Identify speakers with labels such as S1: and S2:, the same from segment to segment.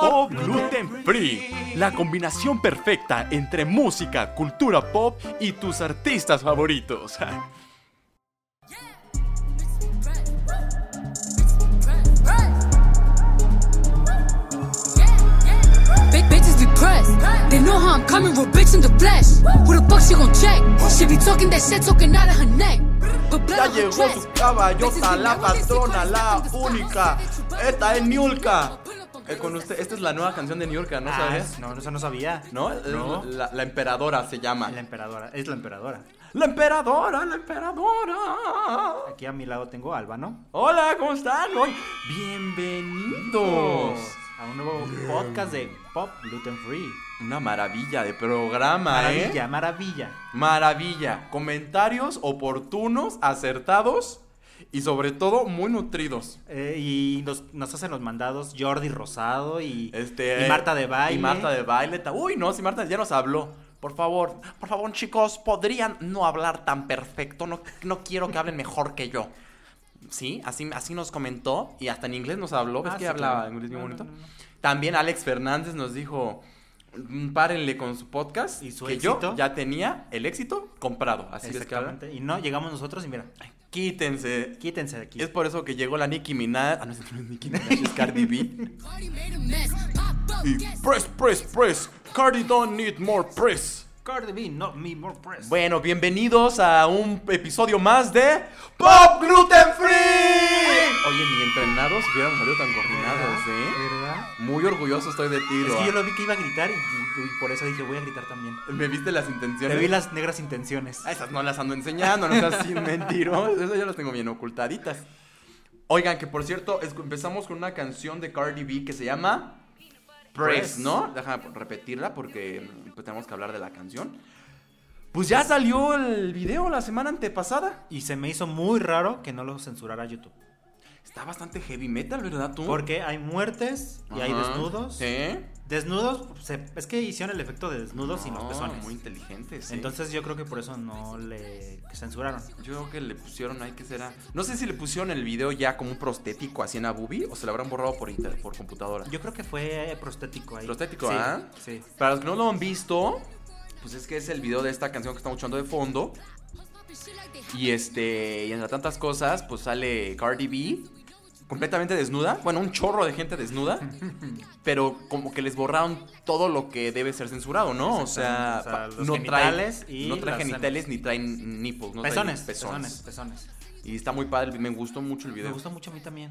S1: Pop Gluten Free, la combinación perfecta entre música, cultura pop y tus artistas favoritos.
S2: Big bitches be pressed. They know how I'm coming, real bitch in the flesh. Who the fuck she gon' check? She be talking that shit, talking out of her neck. But blood
S3: Ya
S2: on her
S3: llegó
S2: dress.
S3: su caballota, la patrona, la única. Esta es Niulka. Eh, con usted, esta es la nueva canción de Niulka, ¿no
S4: Ah,
S3: sabes?
S4: es- no, eso no sabía.
S3: ¿No? Es La, la emperadora se llama.
S4: La emperadora, es la emperadora.
S3: La emperadora, la emperadora.
S4: Aquí a mi lado tengo a Álvaro.
S3: Hola, ¿cómo están? Hoy- Bienvenidos.
S4: A un nuevo podcast de Pop Gluten Free.
S3: Una maravilla de programa,
S4: Maravilla,
S3: ¿eh?
S4: maravilla.
S3: Maravilla. Comentarios oportunos, acertados y sobre todo muy nutridos.
S4: Eh, y nos, nos hacen los mandados Jordi Rosado y,
S3: Este,
S4: y Marta de Baile.
S3: Y Marta de baile. ta- Uy, no, si Marta ya nos habló. Por favor, por favor, chicos, podrían no hablar tan perfecto. No, no quiero que hablen mejor que yo. Sí, así, así nos comentó y hasta en inglés nos habló. ¿Ves
S4: Ah,
S3: que
S4: sí,
S3: hablaba
S4: claro.
S3: inglés bien
S4: No, no,
S3: bonito?
S4: no, no.
S3: También Alex Fernández nos dijo: "Mm, párenle con su podcast.
S4: ¿Y su
S3: que yo
S4: éxito?
S3: ya tenía el éxito comprado. Así es que hablan.
S4: Exactamente. Y no, llegamos nosotros y mira,
S3: Quítense.
S4: quítense de aquí.
S3: Es por eso que llegó la Nicki Minaj. Ah, no, es- no es Nicki Minaj, es Cardi B. Y press, press, press. Cardi don't need more press.
S4: Cardi B, not me, more press.
S3: Bueno, bienvenidos a un episodio más de Pop Gluten Free. Oye, ni entrenados hubiéramos salido tan coordinados, ¿eh?
S4: ¿Verdad?
S3: Muy orgulloso estoy de ti,
S4: Es
S3: Roa.
S4: que yo lo vi que iba a gritar y, y por eso dije, voy a gritar también.
S3: Me viste las intenciones.
S4: Te vi las negras intenciones.
S3: Ah, esas no las ando enseñando, no seas sin mentiros. Esas ya las tengo bien ocultaditas. Oigan, que por cierto, es- empezamos con una canción de Cardi B que se llama Press, Pues, ¿no? Déjame repetirla porque pues, tenemos que hablar de la canción. Pues ya salió el video la semana antepasada.
S4: Y se me hizo muy raro que no lo censurara YouTube.
S3: Está bastante heavy metal, ¿verdad tú?
S4: Porque hay muertes y hay
S3: Ajá.
S4: desnudos.
S3: Sí.
S4: Desnudos, se- es que hicieron el efecto de desnudos y los
S3: No,
S4: pezones.
S3: Muy inteligentes. sí.
S4: Entonces yo creo que por eso no le censuraron.
S3: Yo creo que le pusieron ahí que será. No sé si le pusieron el video ya como un prostético así en Abubi o se lo habrán borrado por, inter- por computadora.
S4: Yo creo que fue eh, prostético ahí.
S3: Prostético,
S4: sí,
S3: ¿ah?
S4: Sí.
S3: Para los que no lo han visto, pues es que es el video de esta canción que estamos escuchando de fondo. Y este, y entre tantas cosas, pues sale Cardi B completamente desnuda. Bueno, un chorro de gente desnuda. pero como que les borraron todo lo que debe ser censurado, ¿no? O sea,
S4: Exactamente,
S3: pa-
S4: o sea, los
S3: no trae,
S4: genitales y
S3: no trae
S4: las
S3: genitales ni traen nipples. No traen
S4: pezones,
S3: pezones.
S4: pezones, pezones.
S3: Y está muy padre, me gustó mucho el
S4: Me
S3: video.
S4: gustó mucho a mí también.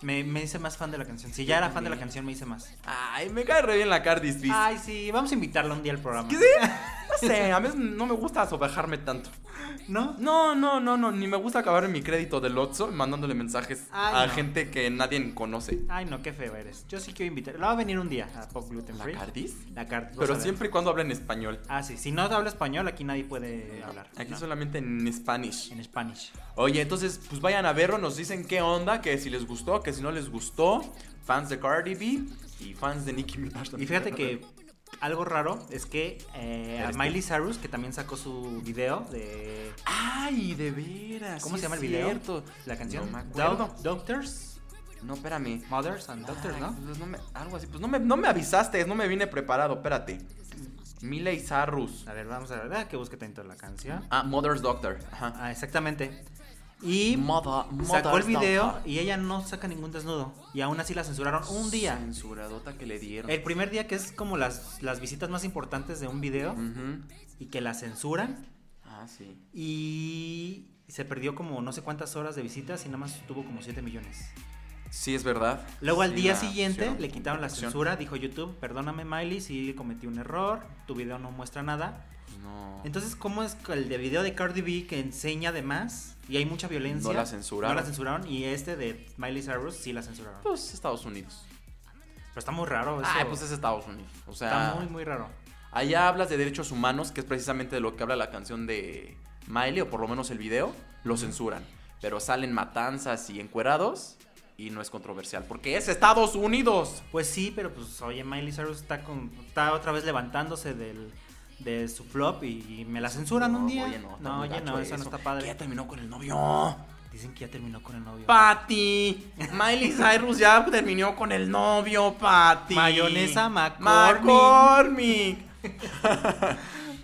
S4: Me, me hice más fan de la canción. Si ya era fan de la canción, me hice más.
S3: Ay, me cae re bien la Cardi B.
S4: Ay, sí, vamos a invitarla un día al programa.
S3: ¿Qué sé? No sé, a mí no me gusta sobajarme tanto.
S4: ¿No?
S3: No, no, no, no, ni me gusta acabar en mi crédito del Otso mandándole mensajes
S4: Ay,
S3: a
S4: no.
S3: gente que nadie conoce.
S4: Ay, no, qué feo eres. Yo sí quiero invitar. La va a venir un día a Pop Gluten
S3: ¿La
S4: Free.
S3: Cardis?
S4: La Cardis. vas a
S3: Pero
S4: ver.
S3: siempre y cuando habla en español.
S4: Ah, sí. Si no habla español, aquí nadie puede hablar.
S3: Aquí
S4: No,
S3: solamente en Spanish.
S4: En Spanish.
S3: Oye, entonces, pues vayan a verlo, nos dicen qué onda, que si les gustó, que si no les gustó. Fans de Cardi B y fans de Nicki Minaj
S4: Y
S3: también.
S4: fíjate que algo raro es que eh, a
S3: Eres tú.
S4: Miley Cyrus, que también sacó su video de.
S3: Ay, de veras.
S4: ¿Cómo
S3: sí
S4: se llama el
S3: es
S4: video?
S3: cierto.
S4: La canción.
S3: No me
S4: Do-
S3: acuerdo.
S4: Doctors,
S3: No, espérame.
S4: Mothers and Doctors,
S3: Ay,
S4: ¿no?
S3: pues no me- algo así. Pues no me, no me avisaste, no me vine preparado, espérate. Miley Cyrus.
S4: A ver, vamos a ver. ah, que busque tanto la canción.
S3: Ah, Mother's Doctor. Ajá.
S4: Ah, exactamente. Y
S3: Mother-
S4: sacó el
S3: Mother's
S4: video
S3: Daughter.
S4: y ella no saca ningún desnudo. Y aún así la censuraron un día.
S3: Censuradota que le dieron.
S4: El primer día que es como las, las visitas más importantes de un video
S3: Ujú.
S4: y que la censuran
S3: Ah, sí.
S4: y se perdió como no sé cuántas horas de visitas y nada más tuvo como 7 millones.
S3: Sí, es verdad.
S4: Luego al
S3: Sí,
S4: día
S3: la
S4: siguiente
S3: pusieron
S4: le quitaron la
S3: protección.
S4: censura, dijo YouTube, perdóname Miley si cometí un error, tu video no muestra nada.
S3: No.
S4: Entonces, ¿cómo es que el de video de Cardi B que enseña de más y hay mucha violencia?
S3: No la censuraron.
S4: No la censuraron y este de Miley Cyrus sí la censuraron. Pero
S3: Pues Estados Unidos.
S4: está muy raro eso.
S3: Ay, pues es Estados Unidos. Ah, O sea,
S4: Está muy, muy raro.
S3: Allá hablas de derechos humanos, que es precisamente de lo que habla la canción de Miley, o por lo menos el video, lo censuran. Pero salen matanzas y encuerados y no es controversial, porque es Estados Unidos.
S4: Pues sí, pero pues oye, Miley Cyrus está, con, está otra vez levantándose del, de su flop y, y me la censuran un día.
S3: oye, no, está muy
S4: oye,
S3: gacho
S4: no, eso no está
S3: Que ya
S4: padre.
S3: terminó con el novio.
S4: Dicen que ya terminó con el novio.
S3: Patty, Miley Cyrus ya terminó con el novio, Patty.
S4: Mayonesa McCormick.
S3: McCormick.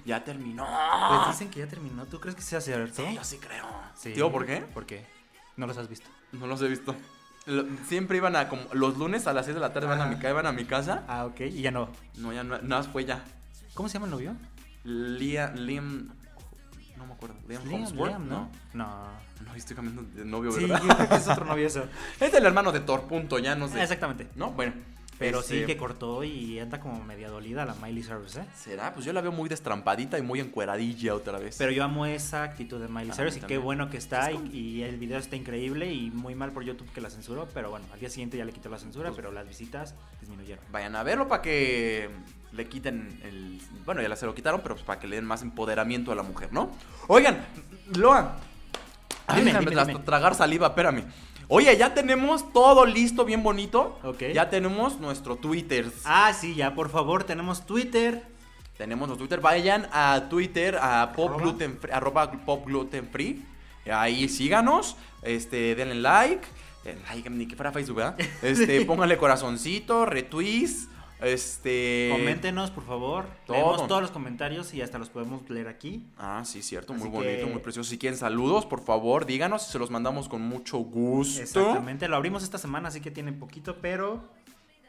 S3: ya terminó.
S4: Pues dicen que ya terminó. ¿Tú crees que sea cierto?
S3: Sí, yo sí creo.
S4: Sí.
S3: Tío, ¿por qué?
S4: ¿Por qué? No los has visto.
S3: No los he visto. Lo- Siempre iban a como los lunes a las 6 de la tarde van a mi, ca- iban a mi casa.
S4: Ah, ok. Y ya no.
S3: No, ya no, nada más fue ya.
S4: ¿Cómo se llama el novio?
S3: Liam, Liam no me acuerdo. Liam, Hemsworth,
S4: Liam,
S3: ¿no?
S4: No.
S3: No, estoy cambiando de novio,
S4: Sí,
S3: ¿verdad?
S4: yo creo que es otro novio eso.
S3: Es el hermano de Thor, punto, ya no sé.
S4: Exactamente.
S3: No, bueno.
S4: Pero sí
S3: este,
S4: que cortó y anda como media dolida la Miley Cyrus, ¿eh?
S3: ¿Será? Pues yo la veo muy destrampadita y muy encueradilla otra vez.
S4: Pero yo amo esa actitud de Miley
S3: A mí
S4: Cyrus y qué
S3: también.
S4: bueno que está y, y el video está increíble y muy mal por YouTube que la censuró, pero bueno, al día siguiente ya le quitó la censura, pero las visitas disminuyeron.
S3: Vayan a verlo para que le quiten el... Bueno, ya se lo quitaron, pero pues para que le den más empoderamiento a la mujer, ¿no? Oigan, Loa. ay,
S4: Dime,
S3: déjame
S4: dime,
S3: tra-
S4: dime.
S3: tragar saliva, espérame. Oye, ya tenemos todo listo, bien bonito.
S4: Ok.
S3: Ya tenemos nuestro Twitter.
S4: Ah, sí, ya, por favor, tenemos Twitter.
S3: Tenemos nuestro Twitter. Vayan a Twitter, a pop
S4: Arroba.
S3: gluten free, arroba pop gluten free. Ahí síganos. Este, denle like. Eh, Like, ni que fuera Facebook, ¿verdad? Este, pónganle corazoncito, retweets. Este.
S4: Coméntenos, por favor.
S3: todo.
S4: Leemos todos los comentarios y hasta los podemos leer aquí.
S3: Ah, sí, cierto,
S4: Así
S3: muy bonito,
S4: que-
S3: muy precioso. Si quieren saludos, por favor, díganos, se los mandamos con mucho gusto.
S4: Exactamente, lo abrimos esta semana, así que tiene poquito, pero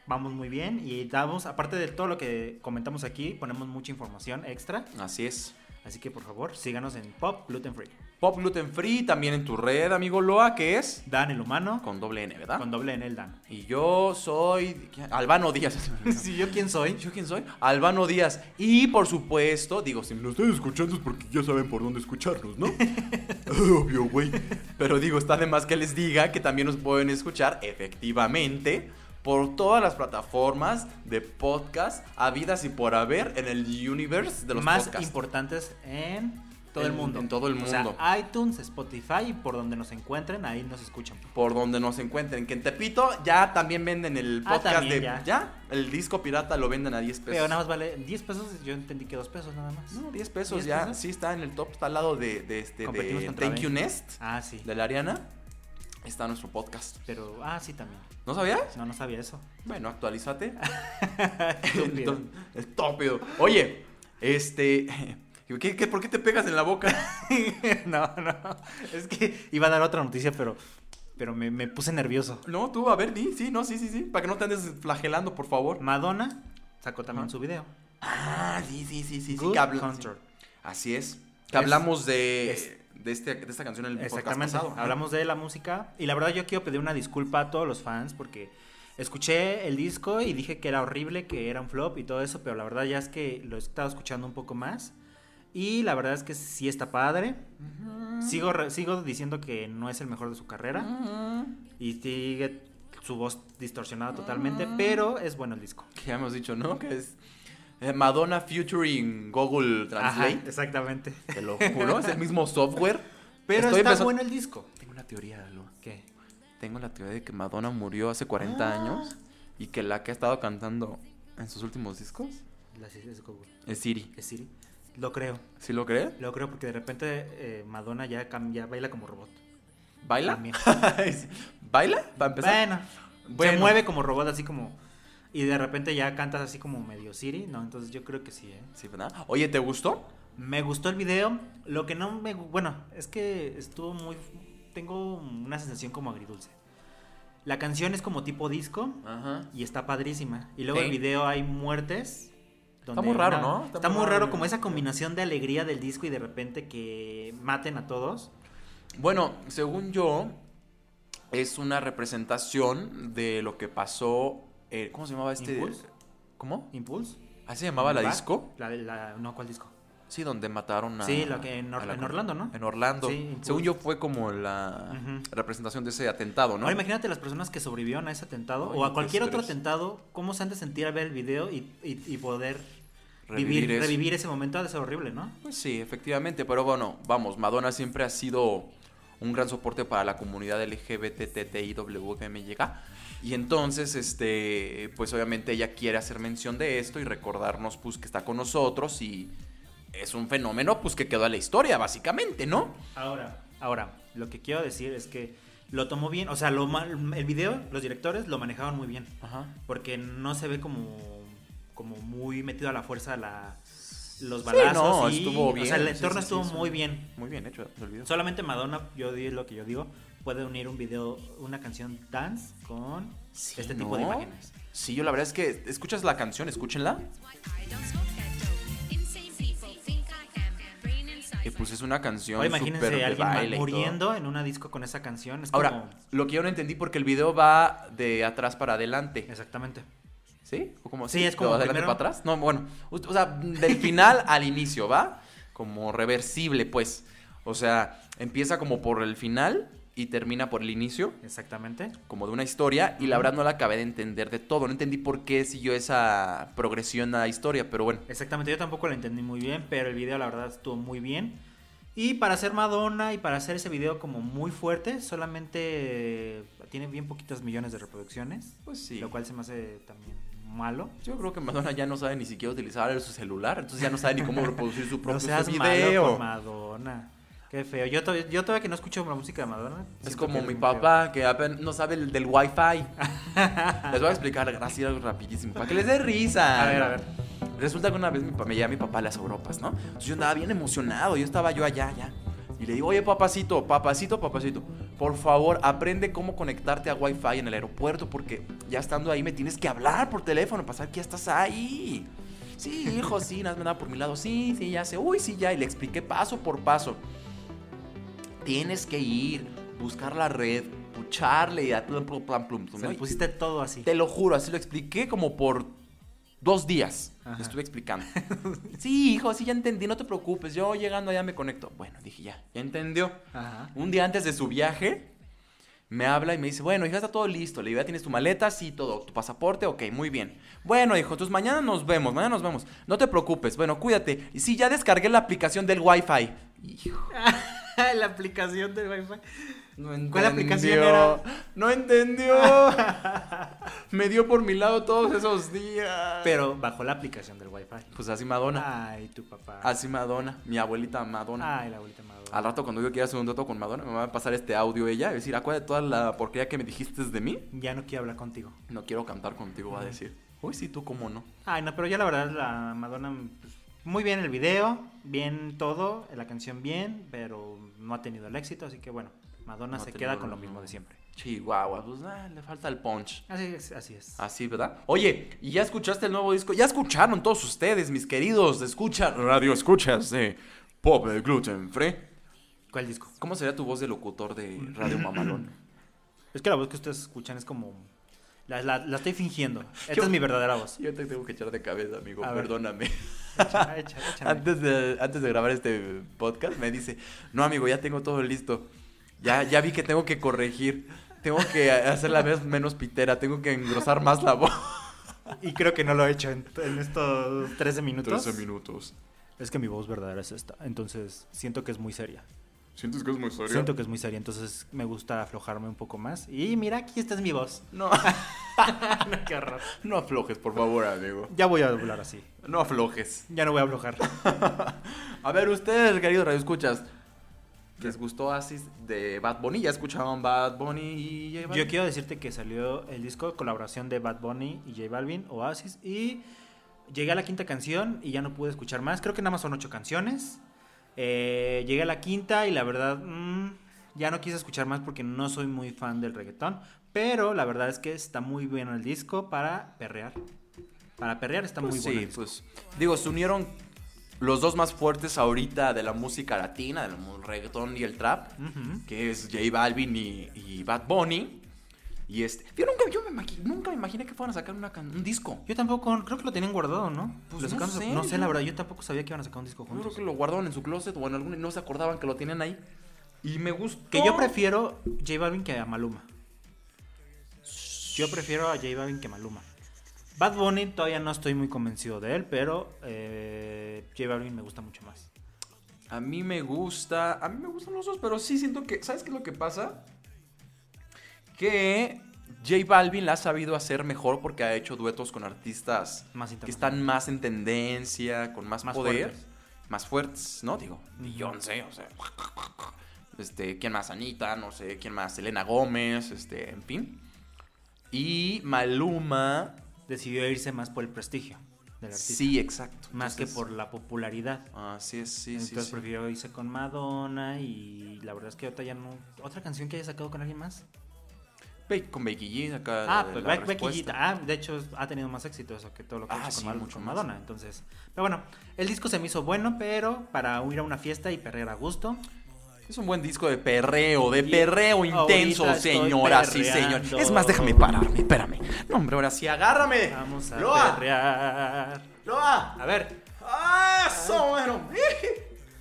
S4: vamos muy bien y damos, aparte de todo lo que comentamos aquí, ponemos mucha información extra,
S3: Así es.
S4: así que por favor, síganos en Pop Gluten Free.
S3: Pop Gluten Free, también en tu red, amigo Loa, que es
S4: Dan el humano
S3: con doble N, ¿verdad?
S4: con doble en el Dan.
S3: Y yo soy ¿quién? Albano Díaz.
S4: Si yo quién soy.
S3: ¿Yo quién soy? Albano Díaz. Y por supuesto, digo, si lo estoy escuchando es porque ya saben por dónde escucharnos, ¿no? Obvio, güey. Pero digo, está de más que les diga que también nos pueden escuchar efectivamente por todas las plataformas de podcast habidas y por haber en el universe de los
S4: más
S3: podcasts.
S4: importantes en todo el
S3: En-
S4: mundo.
S3: en todo el
S4: O sea,
S3: mundo.
S4: iTunes, Spotify y por donde nos encuentren, ahí nos escuchan.
S3: por donde nos encuentren. Que en Tepito ya también venden el
S4: Ah,
S3: podcast
S4: también,
S3: de.
S4: ya.
S3: El disco pirata lo venden a 10 pesos.
S4: Pero nada más vale 10 pesos, yo entendí que 2 pesos nada más.
S3: Pues No, 10 pesos
S4: 10
S3: ya.
S4: pesos.
S3: Sí, está en el top, está al lado de, de este
S4: Competimos
S3: de
S4: contra
S3: Thank You
S4: 20.
S3: Nest,
S4: Ah, sí.
S3: de la Ariana. Está nuestro podcast.
S4: Pero, ah, sí también.
S3: ¿No sabías?
S4: No, no sabía eso.
S3: Bueno, actualízate.
S4: Estúpido.
S3: Entonces, Estúpido. Oye, este. ¿qué- qué- por qué te pegas en la boca?
S4: no, no. Es que iba a dar otra noticia, pero, pero me, me puse nervioso.
S3: No, tú, a ver, di, sí, no, sí, sí, sí. Para que no te andes flagelando, por favor.
S4: Madonna sacó también
S3: Ajá.
S4: su video.
S3: Ah, sí, sí, sí, sí.
S4: Good
S3: que habla-
S4: Control.
S3: Así es. Que
S4: Es-
S3: hablamos de,
S4: es-
S3: de, este, de esta canción en el podcast
S4: Exactamente.
S3: pasado. Ajá.
S4: Hablamos de la música. Y la verdad, yo quiero pedir una disculpa a todos los fans porque escuché el disco y dije que era horrible, que era un flop y todo eso. Pero la verdad, ya es que lo he estado escuchando un poco más. Y la verdad es que sí está padre. Sigo, re- sigo diciendo que no es el mejor de su carrera. Y sigue su voz distorsionada totalmente. Pero es bueno el disco.
S3: Que ya hemos dicho, ¿no? Que es eh, Madonna featuring Google Translate.
S4: Ajá, exactamente.
S3: Te lo juro, es el mismo software.
S4: Pero
S3: Estoy
S4: está
S3: empezando-
S4: bueno el disco.
S3: Tengo una teoría, Lua.
S4: ¿Qué?
S3: Tengo la teoría de que Madonna murió hace 40
S4: Ah.
S3: años y que la que ha estado cantando en sus últimos discos
S4: Las islas de Google.
S3: es Siri.
S4: Es Siri. Lo creo.
S3: ¿Sí lo crees?
S4: Lo creo porque de repente eh, Madonna ya, cam- ya baila como robot.
S3: ¿Baila?
S4: También.
S3: ¿Baila? Para empezar.
S4: Bueno,
S3: Bueno.
S4: Se mueve como robot, así como. Y de repente ya cantas así como medio Siri. No, entonces yo creo que sí, ¿eh?
S3: Sí, ¿verdad? Oye, ¿te gustó?
S4: Me gustó el video. Lo que no me. gu- Bueno, es que estuvo muy. Tengo una sensación como agridulce. La canción es como tipo disco.
S3: Ajá.
S4: Y está padrísima. Y luego
S3: Sí.
S4: el video hay muertes. donde
S3: muy raro, ¿no?
S4: Está, muy raro, como esa combinación de alegría del disco y de repente que maten a todos.
S3: Bueno, según yo, es una representación de lo que pasó. eh, ¿Cómo se llamaba este?
S4: ¿Impulse?
S3: ¿Cómo?
S4: ¿Impulse?
S3: ¿Así se llamaba la
S4: ¿Va?
S3: disco?
S4: La, la- no, ¿cuál disco?
S3: Sí, donde mataron a.
S4: Sí, lo que en Or-
S3: a la-
S4: en Orlando, ¿no?
S3: En Orlando.
S4: Sí, impulso.
S3: Según yo, fue como la
S4: Ujú.
S3: representación de ese atentado, ¿no?
S4: Ahora imagínate las personas que sobrevivieron a ese atentado
S3: Ay,
S4: o a
S3: qué
S4: cualquier otro
S3: estrés.
S4: atentado, cómo se han de sentir al ver el video y, y- y poder
S3: Revivir
S4: Vivir,
S3: eso.
S4: revivir ese momento ha de ser horrible, ¿no?
S3: Pues sí, efectivamente, pero bueno, vamos, Madonna siempre ha sido un gran soporte para la comunidad LGBTTIWMYK. Y entonces, este, pues obviamente ella quiere hacer mención de esto y recordarnos pues que está con nosotros y es un fenómeno pues que quedó en la historia, básicamente, ¿no?
S4: Ahora, ahora, lo que quiero decir es que lo tomó bien, o sea, lo, ma- el video, los directores lo manejaban muy bien,
S3: Ajá.
S4: porque no se ve como, como muy metido a la fuerza la, los
S3: Sí,
S4: balazos.
S3: no,
S4: y-
S3: estuvo
S4: O
S3: bien,
S4: sea, el
S3: sí,
S4: entorno
S3: sí, sí,
S4: estuvo
S3: sí.
S4: muy bien.
S3: Muy bien hecho, se olvidó.
S4: Solamente Madonna, yo di lo que yo digo, puede unir un video, una canción dance con
S3: Sí,
S4: este tipo de
S3: ¿no?
S4: imágenes.
S3: Sí, yo la verdad es que escuchas la canción, escúchenla. Y pues es una canción
S4: Ahora
S3: súper
S4: imagínense
S3: de
S4: a alguien
S3: baile y todo.
S4: muriendo en una disco con esa canción. Es
S3: Ahora,
S4: como...
S3: lo que yo no entendí porque el video va de atrás para adelante.
S4: Exactamente.
S3: ¿Sí? ¿O como
S4: Sí,
S3: así?
S4: es como
S3: ¿O adelante
S4: primero-
S3: para atrás? No, bueno, o o sea, del final al inicio, ¿va? Como reversible, pues. O sea, empieza como por el final y termina por el inicio,
S4: Exactamente.
S3: como de una historia, y la verdad no la acabé de entender de todo. No entendí por qué siguió esa progresión a la historia, pero bueno.
S4: Exactamente, yo tampoco lo entendí muy bien, pero el video la verdad estuvo muy bien. Y para hacer Madonna y para hacer ese video como muy fuerte, solamente eh, tiene bien poquitos millones de reproducciones,
S3: Pues sí.
S4: lo cual se me hace también malo.
S3: Yo creo que Madonna ya no sabe ni siquiera utilizar su celular, entonces ya no sabe ni cómo reproducir su propio
S4: No seas malo
S3: video.
S4: con Madonna. Qué feo. Yo todavía, yo todavía que no escucho la música de Madonna.
S3: Es
S4: siento
S3: como
S4: que
S3: mi
S4: muy
S3: papá que apenas no sabe el del wifi. Les voy a explicar así algo rapidísimo, para que les dé
S4: feo.
S3: risa.
S4: A ver, a ver.
S3: Resulta que una vez mi papá, me lleva mi papá a las Europas, ¿no? Entonces yo andaba bien emocionado, yo estaba yo allá, allá. Y le digo, oye, papacito, papacito, papacito, por favor, aprende cómo conectarte a Wi-Fi en el aeropuerto, porque ya estando ahí me tienes que hablar por teléfono, pasar que ya estás ahí. Sí, hijo, sí, nada, me daba por mi lado, sí, sí, ya sé, uy, sí, ya, y le expliqué paso por paso. Tienes que ir, buscar la red, pucharle y a plum, plum, plum, plum,
S4: O
S3: plum,
S4: sea,
S3: ¿no?
S4: le pusiste todo así.
S3: Te lo juro, así lo expliqué como por dos días.
S4: Ajá.
S3: Le estuve explicando. sí, hijo, sí, ya entendí, no te preocupes. Yo llegando allá me conecto. Bueno, dije ya, ya entendió.
S4: Ajá.
S3: Un día antes de su viaje, me habla y me dice, bueno, hijo, ya está todo listo. Le digo, ya tienes tu maleta, sí, todo. Tu pasaporte, ok, muy bien. Bueno, hijo, entonces mañana nos vemos, mañana nos vemos. No te preocupes, bueno, cuídate. Y sí, ya descargué la aplicación del Wi-Fi. Hijo.
S4: la aplicación del Wi-Fi.
S3: No
S4: ¿Cuál aplicación
S3: entendió.
S4: era?
S3: No entendió. Me dio por mi lado todos esos días.
S4: Pero bajo la aplicación del Wi-Fi.
S3: Pues así Madonna.
S4: Ay, tu papá.
S3: Así Madonna. Mi abuelita Madonna.
S4: Ay, la abuelita Madonna.
S3: Al rato cuando yo quiera hacer un dato con Madonna, me va a pasar este audio ella. y decir, acuérdate de toda la porquería que me dijiste de mí.
S4: Ya no quiero hablar contigo.
S3: No quiero cantar contigo, va a decir. Uy, sí, tú cómo no.
S4: Ay, no, pero ya la verdad, la Madonna, pues, muy bien el video, bien todo, la canción bien, pero no ha tenido el éxito, así que bueno, Madonna
S3: No ha
S4: se
S3: tenido
S4: queda con lo
S3: el-
S4: mismo de siempre.
S3: Chihuahua, pues ah, le falta el punch.
S4: Así es, así es.
S3: Así, ¿verdad? Oye, ¿y ya escuchaste el nuevo disco? Ya escucharon todos ustedes, mis queridos. de Escucha, radio escuchas de Pop eh, Gluten Free.
S4: ¿Cuál disco?
S3: ¿Cómo sería tu voz de locutor de Radio Mamalón?
S4: Es que la voz que ustedes escuchan es como... La, la- la estoy fingiendo. Esta
S3: Yo-
S4: es mi verdadera voz.
S3: Yo te tengo que echar de cabeza, amigo.
S4: A ver.
S3: Perdóname.
S4: Echa- echa- échame.
S3: Antes de, antes de grabar este podcast me dice, no amigo, ya tengo todo listo. Ya, ya vi que tengo que corregir. Tengo que hacerla vez menos pitera. Tengo que engrosar más la voz.
S4: Y creo que no lo he hecho en, en estos 13 minutos.
S1: minutos.
S4: Es que mi voz verdadera es esta, entonces siento que es muy seria.
S1: ¿Sientes que es muy serio?
S4: Siento que es muy seria, entonces me gusta aflojarme un poco más. Y mira, aquí esta es mi voz.
S3: No,
S4: No, qué horror.
S3: no aflojes, por favor, amigo.
S4: Ya voy a doblar así.
S3: No aflojes.
S4: Ya no voy a aflojar.
S3: A ver, ustedes, queridos radioescuchas, ¿les gustó Asis de Bad Bunny? ¿Ya escucharon Bad Bunny y J Balvin?
S4: Yo quiero decirte que salió el disco de colaboración de Bad Bunny y J Balvin, Oasis. Y llegué a la quinta canción y ya no pude escuchar más. Creo que nada más son ocho canciones. Eh, llegué a la quinta y la verdad mm, ya no quise escuchar más porque no soy muy fan del reggaetón. Pero la verdad es que está muy bueno el disco para perrear. Para perrear está
S3: Pues
S4: muy
S3: sí,
S4: bueno. el disco.
S3: pues. Digo, se unieron los dos más fuertes ahorita de la música latina, del mu- reggaetón y el trap,
S4: Ujú.
S3: que es J Balvin y, y Bad Bunny. Y este. Yo nunca, yo me imagi- nunca me imaginé que fueran a sacar una can- un disco.
S4: Yo tampoco, creo que lo tenían guardado, ¿no?
S3: Pues
S4: Lo
S3: no
S4: sacaron-
S3: sé,
S4: no sé,
S3: yo-
S4: la verdad, yo tampoco sabía que iban a sacar un disco
S3: Yo creo
S4: juntos.
S3: que lo guardaron en su closet o en algún. y No se acordaban que lo tenían ahí. Y me gusta.
S4: Que yo prefiero J Balvin que a Maluma. Yo prefiero a J Balvin que a Maluma. Bad Bunny todavía no estoy muy convencido de él, pero eh, J Balvin me gusta mucho más.
S3: A mí me gusta. A mí me gustan los dos, pero sí siento que. ¿Sabes qué es lo que pasa? Que J Balvin la ha sabido hacer mejor porque ha hecho duetos con artistas
S4: Más
S3: que están más en tendencia, con más,
S4: Más
S3: poder.
S4: fuertes.
S3: Más fuertes, ¿no? Digo, Beyoncé, o sea. Este, ¿quién más? Anita, no sé, ¿quién más? Elena Gómez, este, en fin. Y Maluma.
S4: Decidió irse más por el prestigio del artista.
S3: Sí, exacto.
S4: Más que
S3: Entonces,
S4: por la popularidad.
S3: Así es, sí, sí,
S4: Entonces
S3: sí.
S4: prefirió irse con Madonna y la verdad es que ahorita ya no... ¿Otra canción que haya sacado con alguien más?
S3: Be- con Becky G acá.
S4: Ah,
S3: la
S4: pues Beck- Becky G.
S3: respuesta.
S4: Ah, de hecho ha tenido más éxito eso que todo lo que ha
S3: Ah,
S4: hecho con,
S3: sí,
S4: Mal-
S3: mucho
S4: con
S3: más.
S4: Madonna. Entonces, pero bueno, el disco se me hizo bueno, pero para ir a una fiesta y perrear a gusto.
S3: Es un buen disco de perreo, de
S4: Y
S3: perreo
S4: ahorita
S3: intenso,
S4: estoy
S3: señoras y
S4: perreando.
S3: señores. Es más, déjame pararme, espérame. No, hombre, ahora sí, agárrame.
S4: Vamos a
S3: Loa,
S4: perrear.
S3: Loa.
S4: A ver,
S3: ¡Ah, eso, bueno!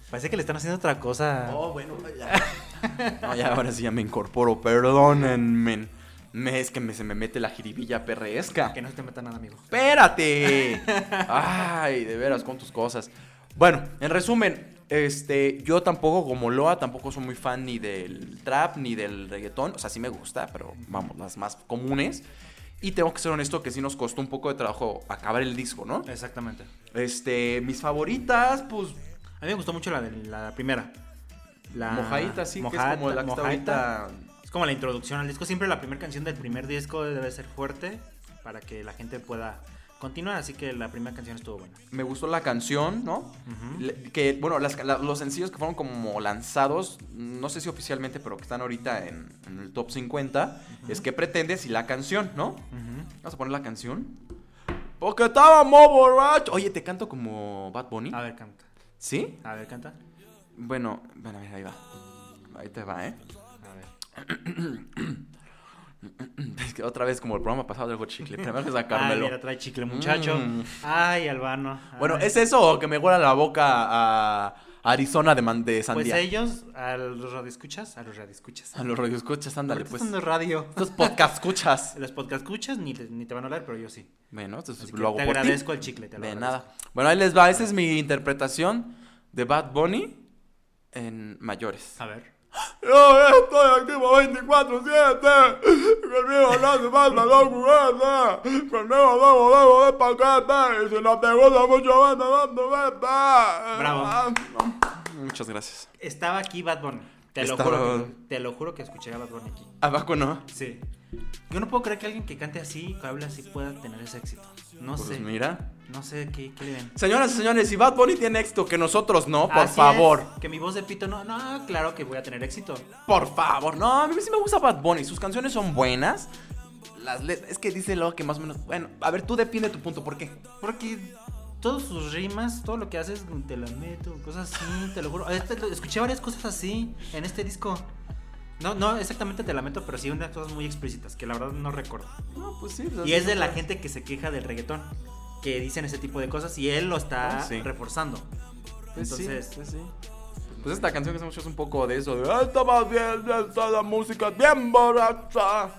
S4: parece que le están haciendo otra cosa.
S3: Oh, bueno, ya. No, ya, ahora sí ya me incorporo, perdónenme. Me- Es que me- se me mete la jiribilla perreesca.
S4: Que no se te meta nada, amigo.
S3: ¡Espérate! Ay, de veras, con tus cosas. Bueno, en resumen, este, yo tampoco, como Loa, tampoco soy muy fan ni del trap ni del reggaetón. O sea, sí me gusta, pero vamos, las más comunes. Y tengo que ser honesto que sí nos costó un poco de trabajo acabar el disco, ¿no?
S4: Exactamente.
S3: Este, mis favoritas, pues,
S4: A mí me gustó mucho la, de, la primera. La
S3: mojadita, sí, que es
S4: Mojata-
S3: como la que está
S4: Mojata.
S3: ahorita.
S4: Es como la introducción al disco. Siempre la primera canción del primer disco debe ser fuerte para que la gente pueda continuar. Así que la primera canción estuvo buena.
S3: Me gustó la canción, ¿no?
S4: Ujú.
S3: Le- Que, bueno, las ca- la- los sencillos que fueron como lanzados, no sé si oficialmente, pero que están ahorita en, en el top 50, es que pretendes y la canción, ¿no? Vamos a poner la canción. Porque estábamos borrachos. Oye, te canto como Bad Bunny.
S4: A ver, canta.
S3: ¿Sí?
S4: A ver, canta.
S3: Bueno, bueno, a ver, ahí va. Ahí te va, ¿eh?
S4: A ver.
S3: Es que otra vez, como el programa pasado del Hot Chicle, tenemos que
S4: Ay,
S3: sacármelo.
S4: mira, trae chicle, muchacho.
S3: Mm.
S4: Ay, Albano. Ay.
S3: bueno, ¿es eso o que me huela la boca a Arizona de, man- de
S4: Pues
S3: Sandía?
S4: ellos, a los radioescuchas, a los radioescuchas.
S3: A los radioescuchas, ándale,
S4: Ahorita
S3: pues.
S4: están de radio.
S3: Estos podcast escuchas.
S4: Los podcast escuchas ni, te- ni te van a hablar, pero yo sí.
S3: Bueno, esto
S4: Así
S3: es-
S4: que
S3: Pues lo hago
S4: te
S3: por ti.
S4: agradezco el chicle, te lo
S3: De
S4: agradezco.
S3: nada. Bueno, ahí les va. Esa es mi interpretación de Bad Bunny en mayores.
S4: A ver.
S1: Yo estoy activo 24-7. Conmigo no hace falta los juguetes. Conmigo debo, debo de paquete. Y si no te gusta mucho, vete dando vete.
S4: Bravo.
S3: Muchas gracias.
S4: Estaba aquí Bad Bunny. Te lo,
S3: Estaba-
S4: juro que, te lo juro que escuché a Bad Bunny aquí.
S3: Abajo no.
S4: Sí. Yo no puedo creer que alguien que cante así, que hable así, pueda tener ese éxito. No
S3: Pues
S4: sé.
S3: mira.
S4: No sé qué, qué le ven.
S3: Señoras y señores, si Bad Bunny tiene éxito que nosotros no, por
S4: Así
S3: favor.
S4: es, que mi voz de pito no. No, claro que voy a tener éxito.
S3: Por favor. No, a mí sí me gusta Bad Bunny. Sus canciones son buenas. Las let- es que dice lo que más o menos. Bueno, a ver, tú defiende tu punto. ¿Por qué?
S4: Porque todas sus rimas, todo lo que haces, te la meto, cosas así, te lo juro. Este- lo- escuché varias cosas así en este disco. No, no exactamente te la meto, pero sí unas cosas muy explícitas que la verdad no recuerdo.
S3: No, pues sí.
S4: Y es de la gente que se queja del reggaetón, que dicen ese tipo de cosas y él lo está
S3: Ah, sí.
S4: reforzando. Entonces,
S3: pues sí. Pues esta canción que hemos hecho es un poco de eso. De, "Ah, Estaba bien, está la música bien borracha.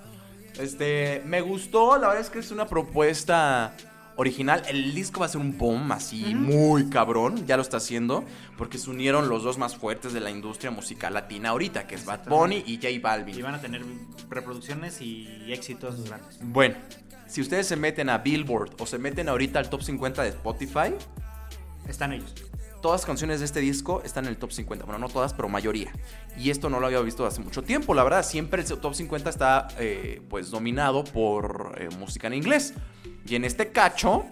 S3: Este, me gustó. La verdad es que es una propuesta original. El disco va a ser un boom así, muy cabrón. Ya lo está haciendo. Porque se unieron los dos más fuertes de la industria musical latina ahorita, que es Bad Bunny y J Balvin.
S4: y van a tener reproducciones y éxitos grandes.
S3: Bueno, si ustedes se meten a Billboard o se meten ahorita al top 50 de Spotify,
S4: Están ellos.
S3: Todas las canciones de este disco están en el top 50. Bueno, no todas, pero mayoría. Y esto no lo había visto hace mucho tiempo. La verdad, siempre el top 50 está eh, pues dominado por eh, música en inglés. Y en este cacho,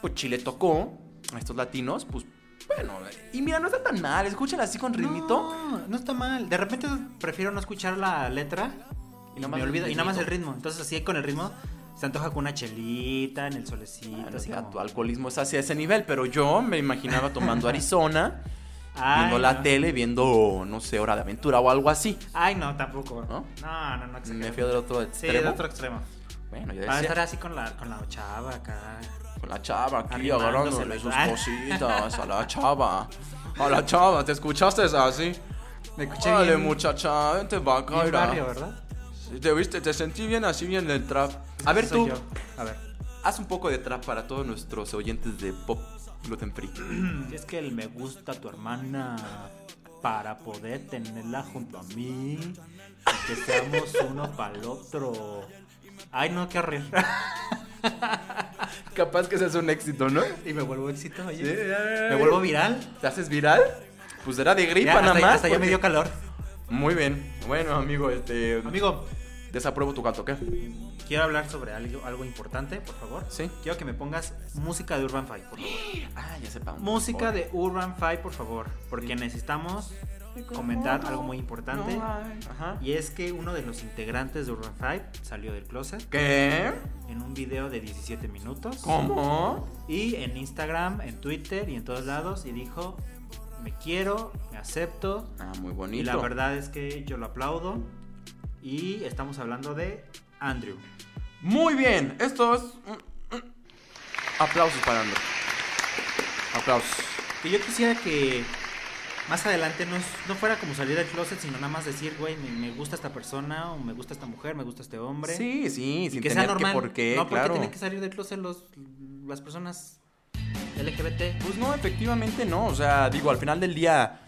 S3: pues Chile tocó a estos latinos, pues bueno. Y mira, no está tan mal. Escúchala así con ritmito.
S4: No, no está mal. De repente prefiero no escuchar la letra
S3: Y
S4: y,
S3: nada
S4: nada
S3: más
S4: me
S3: el
S4: olvido. Y nada más el
S3: ritmito.
S4: ritmo. Entonces, así con el ritmo, se antoja con una chelita en el solecito.
S3: Bueno,
S4: así
S3: ya
S4: como-
S3: tu alcoholismo es hacia ese nivel, pero yo me imaginaba tomando Arizona,
S4: Ay,
S3: viendo la
S4: no.
S3: tele, viendo, no sé, Hora de Aventura o algo así.
S4: Ay, no, tampoco.
S3: ¿No?
S4: No, no, no. exagero.
S3: Me fui del otro
S4: Sí,
S3: extremo.
S4: del otro Ah, extremo.
S3: Bueno, ya
S4: Para
S3: decía.
S4: estar así con la, con la chava acá.
S3: Con la chava aquí
S4: Arrimándose
S3: agarrándole
S4: los
S3: sus
S4: brazos.
S3: cositas a la chava. A la chava, ¿te escuchaste así?
S4: Me
S3: Chale, muchacha, vente pa' acá,
S4: bien
S3: mira.
S4: barrio, ¿verdad?
S3: Te viste, te sentí bien así bien del trap. A ver
S4: Soy
S3: tú,
S4: yo. A ver.
S3: haz un poco de trap para todos nuestros oyentes de pop gluten free.
S4: Es que el me gusta tu hermana para poder tenerla junto a mí y que seamos uno para el otro. Ay, no, qué horrible.
S3: Capaz que seas un éxito, ¿no?
S4: Y me vuelvo éxito, oye.
S3: Sí, ay.
S4: me vuelvo viral.
S3: ¿Te haces viral? Pues será de gripa
S4: Ya,
S3: nada
S4: hasta,
S3: más.
S4: hasta ya me
S3: porque-
S4: dio calor.
S3: Muy bien. Bueno, amigo, este.
S4: Amigo,
S3: Desapruebo tu canto, ¿qué?
S4: quiero hablar sobre algo, algo importante, por favor.
S3: Sí.
S4: Quiero que me pongas música de Urban Five, por favor.
S3: Ah, ya sepamos.
S4: Música de Urban Five, por favor. Porque necesitamos comentar algo muy importante.
S3: Ajá.
S4: Y es que uno de los integrantes de Urban Five salió del closet
S3: ¿Qué?
S4: en un video de 17 minutos.
S3: ¿Cómo?
S4: Y en Instagram, en Twitter y en todos lados. Y dijo, me quiero, me acepto.
S3: Ah, muy bonito.
S4: Y la verdad es que yo lo aplaudo. Y estamos hablando de Andrew.
S3: Muy bien. Esto es. mm, mm. Aplausos para Andrés. Aplausos.
S4: Que yo quisiera que más adelante no, no fuera como salir del closet, sino nada más decir, güey, me, me gusta esta persona, o me gusta esta mujer, me gusta este hombre.
S3: Sí, sí,
S4: Y
S3: sin
S4: que sea
S3: tener
S4: normal.
S3: que por qué,
S4: no, porque
S3: claro.
S4: tienen que salir del closet los, las personas LGBT.
S3: Pues no, efectivamente no. O sea, digo, al final del día,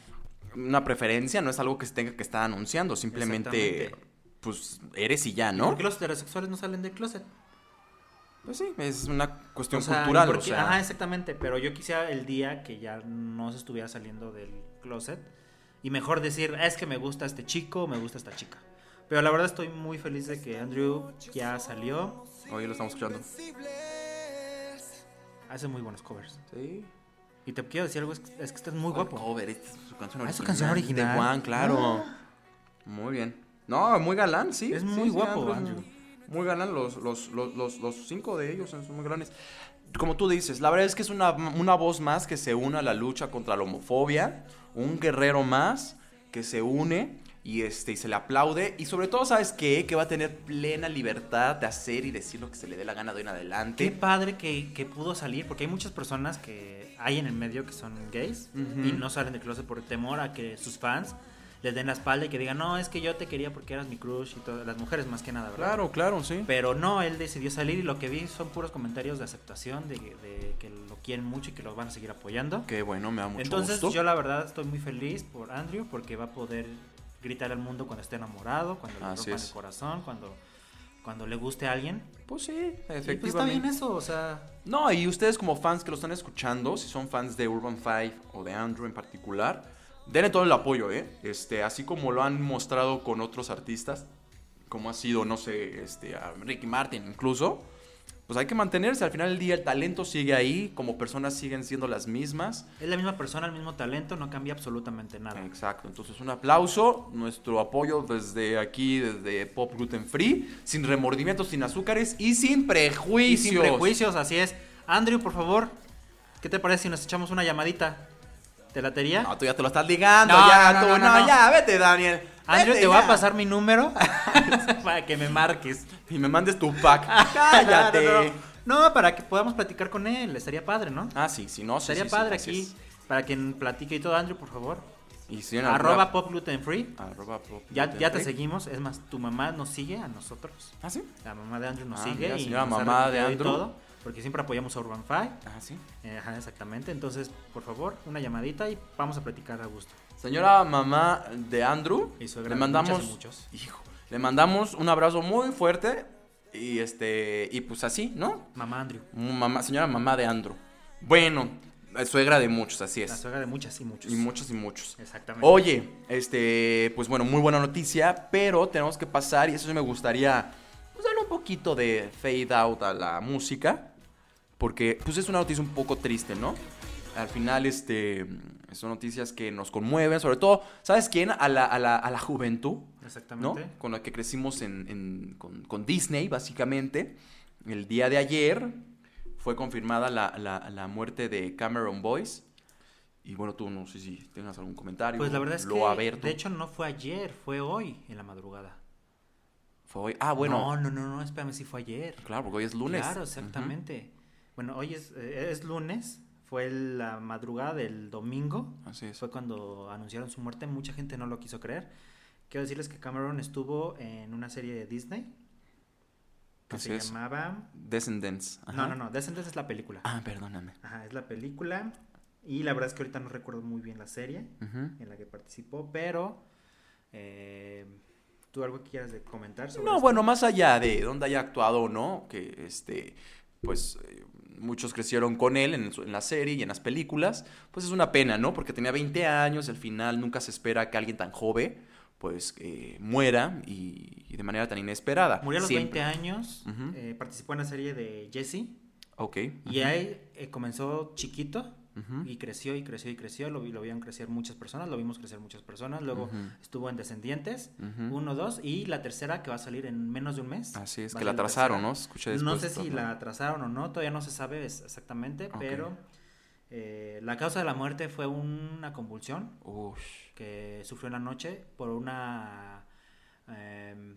S3: una preferencia no es algo que se tenga que estar anunciando. Simplemente,
S4: Exactamente.
S3: pues eres y ya,
S4: ¿No?
S3: ¿no?
S4: Porque los heterosexuales no salen del closet.
S3: Pues sí, es una cuestión
S4: O sea,
S3: cultural.
S4: porque-
S3: o sea,
S4: Ajá, exactamente. Pero yo quisiera el día que ya no se estuviera saliendo del closet. Y mejor decir, es que me gusta este chico, me gusta esta chica. Pero la verdad estoy muy feliz de que Andrew ya salió.
S3: hoy Oh, lo estamos escuchando.
S4: Hace muy buenos covers.
S3: Sí.
S4: Y te quiero decir algo, es que, es que estás muy guapo.
S3: Cover, esta es su canción
S4: Ah,
S3: original.
S4: es su canción original. Ah.
S3: De Juan, claro. Muy bien. No, muy galán, sí.
S4: Es
S3: sí,
S4: muy
S3: sí,
S4: guapo,
S3: Andrew.
S4: Andrew.
S3: Muy galán, los, los, los, los, los cinco de ellos son muy galanes. Como tú dices, la verdad es que es una, una voz más que se une a la lucha contra la homofobia, un guerrero más que se une y, este, y se le aplaude. Y sobre todo, ¿sabes qué? Que va a tener plena libertad de hacer y decir lo que se le dé la gana de hoy en adelante.
S4: Qué padre que, que pudo salir, porque hay muchas personas que hay en el medio que son gays
S3: Ujú.
S4: y no salen del closet por temor a que sus fans les den la espalda y que digan, no, es que yo te quería porque eras mi crush y todas las mujeres más que nada, ¿verdad?
S3: Claro, claro, sí.
S4: Pero no, él decidió salir y lo que vi son puros comentarios de aceptación, de, de que lo quieren mucho y que lo van a seguir apoyando.
S3: Qué bueno, me da mucho
S4: Entonces
S3: gusto.
S4: yo la verdad estoy muy feliz por Andrew porque va a poder gritar al mundo cuando esté enamorado, cuando le
S3: Así
S4: rompan
S3: es.
S4: el corazón, cuando, cuando le guste a alguien.
S3: Pues sí,
S4: Y pues está bien
S3: efectivamente.
S4: eso, o sea,
S3: No, y ustedes como fans que lo están escuchando, si son fans de Urban Five o de Andrew en particular, denle todo el apoyo, ¿eh? Este, así como lo han mostrado con otros artistas, como ha sido, no sé, este, a Ricky Martin incluso, pues hay que mantenerse. Al final del día el talento sigue ahí, como personas siguen siendo las mismas.
S4: es la misma persona, el mismo talento, no cambia absolutamente nada.
S3: Exacto, entonces un aplauso, nuestro apoyo desde aquí, desde Pop Gluten Free, sin remordimientos, sin azúcares y sin
S4: Y
S3: prejuicios.
S4: sin prejuicios, así es. Andrew, por favor, ¿qué te parece si nos echamos una llamadita? ¿Te latería?
S3: No, tú ya te lo estás ligando,
S4: No,
S3: ya,
S4: no,
S3: tú,
S4: no,
S3: no,
S4: no, no.
S3: ya, vete, Daniel.
S4: Andrew,
S3: Vete
S4: Ah, te voy a
S3: ya.
S4: pasar mi número para que me marques.
S3: Y me mandes tu pack.
S4: No, no,
S3: Cállate.
S4: no. No, para que podamos platicar con él, estaría padre, ¿no?
S3: Ah, sí, si no, sí,
S4: Estaría
S3: sí, sí,
S4: padre
S3: así
S4: aquí, para quien platique y todo, Andrew, por favor.
S3: es. Y si en alguna-
S4: Arroba Pop Gluten Free.
S3: Arroba pop.
S4: Ya, ya te
S3: ¿Sí?
S4: seguimos, es más, tu mamá nos sigue a nosotros.
S3: ¿Ah, sí?
S4: La mamá de Andrew nos
S3: Ah,
S4: sigue
S3: mira,
S4: y
S3: señora
S4: nos ha
S3: mamá de
S4: retuiteado y
S3: Andrew.
S4: porque siempre apoyamos a Urban Five.
S3: Ah, sí.
S4: Eh, Ajá, exactamente. Entonces, por favor, una llamadita y vamos a platicar a gusto.
S3: Señora mamá de Andrew,
S4: Y suegra
S3: le
S4: de
S3: mandamos.
S4: muchas y muchos.
S3: Hijo, le mandamos un abrazo muy fuerte. Y este. Y pues así, ¿no?
S4: Mamá Andrew,
S3: Mamá, señora mamá de Andrew. Bueno, eh, suegra de muchos, así
S4: la
S3: es.
S4: suegra de muchas y muchos.
S3: Y muchos y muchos.
S4: Exactamente.
S3: Oye, este, pues bueno, muy buena noticia, pero tenemos que pasar, y eso sí me gustaría, pues darle un poquito de fade out a la música, porque pues es una noticia un poco triste, ¿no? Al final, este, son noticias que nos conmueven, sobre todo, ¿sabes quién? A la, a la, a la juventud, ¿no?
S4: Exactamente.
S3: Con la que crecimos en, en- con, con Disney, básicamente. El día de ayer fue confirmada la, la- la muerte de Cameron Boyce. Y bueno, tú no sé si tengas algún comentario.
S4: Pues la verdad es
S3: lo
S4: que,
S3: Aberto.
S4: de hecho, no fue ayer, fue hoy en la madrugada.
S3: Fue hoy. Ah, bueno.
S4: No, no, no, no, espérame, sí fue ayer.
S3: Claro, porque hoy es lunes.
S4: Claro, exactamente. Bueno, hoy es, eh, es lunes, fue la madrugada del domingo.
S3: Ujú, Así es.
S4: Fue cuando anunciaron su muerte, mucha gente no lo quiso creer. Quiero decirles que Cameron estuvo en una serie de Disney que
S3: Así
S4: se
S3: es.
S4: llamaba...
S3: Descendants. Ajá.
S4: No, no, no, Descendants es la película.
S3: Ah, perdóname.
S4: Ajá, es la película. Y la verdad es que ahorita no recuerdo muy bien la serie
S3: Ujú.
S4: en la que participó, pero... eh, ¿Tú algo que quieras de comentar sobre
S3: No,
S4: esto?
S3: bueno, más allá de dónde haya actuado o no, que este, pues eh, muchos crecieron con él en, su- en la serie y en las películas, pues es una pena, ¿no? Porque tenía 20 años, al final nunca se espera que alguien tan joven, pues eh, muera y, y de manera tan inesperada.
S4: Murió a los
S3: Siempre.
S4: 20 años,
S3: Ujú.
S4: eh, participó en la serie de Jesse,
S3: Ok.
S4: y ahí eh, comenzó chiquito,
S3: Ujú.
S4: y creció y creció y creció, lo, vi- lo vieron crecer muchas personas, lo vimos crecer muchas personas, luego
S3: Ujú.
S4: estuvo en Descendientes,
S3: Ujú.
S4: uno, dos, y la tercera que va a salir en menos de un mes.
S3: Así es,
S4: va a
S3: que la
S4: ser
S3: atrasaron,
S4: tercera.
S3: ¿no? Escuché
S4: No
S3: después
S4: sé si
S3: todo.
S4: la atrasaron o no, todavía no se sabe es- exactamente,
S3: Ok.
S4: pero eh, la causa de la muerte fue una convulsión
S3: Ush.
S4: que sufrió en la noche por una eh,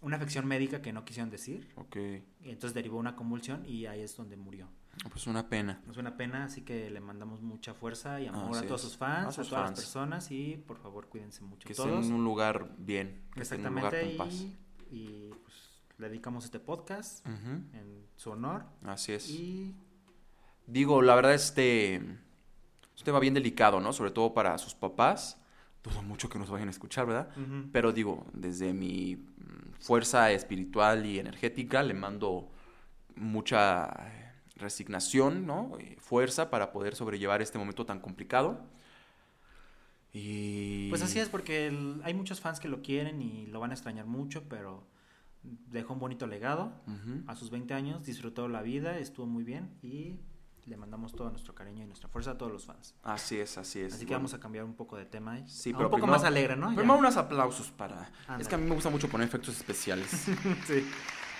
S4: una afección médica que no quisieron decir
S3: Ok.
S4: y entonces derivó una convulsión y ahí es donde murió
S3: Pues una pena.
S4: es una pena así que le mandamos mucha fuerza y amor
S3: Así
S4: a todos
S3: es.
S4: sus fans
S3: A
S4: a,
S3: sus
S4: todas
S3: fans.
S4: las personas y por favor cuídense mucho
S3: Que esté
S4: todos
S3: en un lugar bien. Que esté en un lugar
S4: exactamente
S3: con paz.
S4: y, y, pues, le dedicamos este podcast
S3: Ujú.
S4: en su honor
S3: Así es.
S4: y
S3: Digo, la verdad, este es un tema bien delicado, ¿no? Sobre todo para sus papás. Dudo mucho que nos vayan a escuchar, ¿verdad?
S4: Ujú.
S3: Pero digo, desde mi mm, fuerza espiritual y energética, le mando mucha eh, resignación, ¿no? Eh, Fuerza para poder sobrellevar este momento tan complicado. Y.
S4: Pues así es, porque el- hay muchos fans que lo quieren y lo van a extrañar mucho, pero dejó un bonito legado.
S3: Ujú.
S4: A sus 20 años disfrutó la vida, estuvo muy bien y le mandamos todo nuestro cariño y nuestra fuerza a todos los fans.
S3: Así es, así es.
S4: Así que
S3: Bueno,
S4: vamos a cambiar un poco de tema. y-
S3: Sí,
S4: a
S3: pero
S4: un poco
S3: primero-
S4: más alegre, ¿no?
S3: Primero
S4: Ya.
S3: unos aplausos para. Es que a mí me gusta mucho poner efectos especiales.
S4: Sí.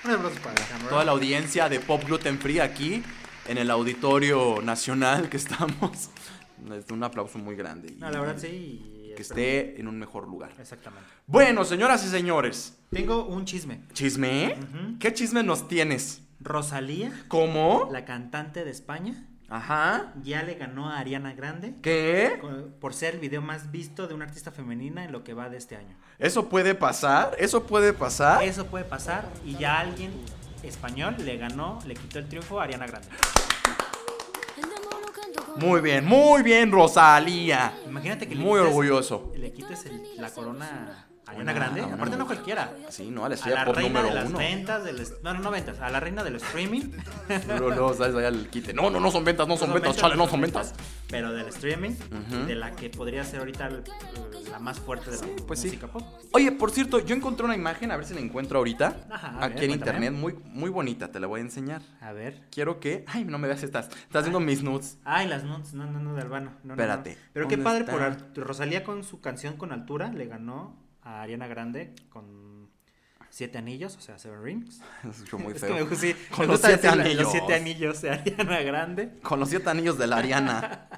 S4: Un abrazo para Cameron.
S3: toda la audiencia de Pop Gluten Free aquí en el auditorio nacional que estamos. Es un aplauso muy grande. y
S4: No, la verdad sí. y
S3: Que
S4: espero-
S3: esté en un mejor lugar.
S4: Exactamente.
S3: Bueno, señoras y señores,
S4: Tengo un chisme.
S3: ¿chisme?
S4: Ujú.
S3: ¿Qué chisme nos tienes?
S4: Rosalía,
S3: ¿Cómo?
S4: la cantante de España,
S3: Ajá.
S4: ya le ganó a Ariana Grande
S3: ¿Qué?
S4: con- por ser el video más visto de una artista femenina en lo que va de este año.
S3: ¿Eso puede pasar? ¿Eso puede pasar?
S4: Eso puede pasar y ya alguien español le ganó, le quitó el triunfo a Ariana Grande.
S3: Muy bien, muy bien, Rosalía.
S4: Imagínate que le
S3: Muy
S4: quites-
S3: orgulloso.
S4: Le quites el- la corona a
S3: Una-
S4: Ariana Grande,
S3: una
S4: aparte no
S3: mujer.
S4: cualquiera.
S3: Sí, no, a la
S4: A
S3: estrella
S4: la
S3: por
S4: reina
S3: número
S4: de las
S3: uno.
S4: ventas, del est- no, no, no ventas, a la reina del streaming.
S3: No, no, sabes, vaya al quite. No, no, no son ventas, no son ventas, chale, no son ventas.
S4: Pero del streaming,
S3: Ujú.
S4: de la que podría ser ahorita el- la más fuerte de la
S3: pues sí.
S4: música pop.
S3: Oye, por cierto, yo encontré una imagen, a ver si la encuentro ahorita.
S4: Ajá, a
S3: aquí
S4: ver,
S3: en
S4: cuéntame.
S3: internet, muy, muy bonita, te la voy a enseñar.
S4: A ver.
S3: Quiero que. Ay, no me veas estas. Estás
S4: Ah.
S3: viendo mis nudes.
S4: Ay, las nuts, no, no, no, de Albano. No, no, no.
S3: Espérate,
S4: Pero qué
S3: ¿dónde
S4: padre
S3: está?
S4: por Ar- Rosalía con su canción con altura le ganó a Ariana Grande con siete anillos, o sea, Seven Rings.
S3: Escucho muy
S4: Es
S3: feo.
S4: que me, gu- sí,
S3: Con
S4: me
S3: los
S4: gusta
S3: siete
S4: decir la-
S3: anillos.
S4: los siete anillos de Ariana Grande.
S3: Con los siete anillos de la Ariana.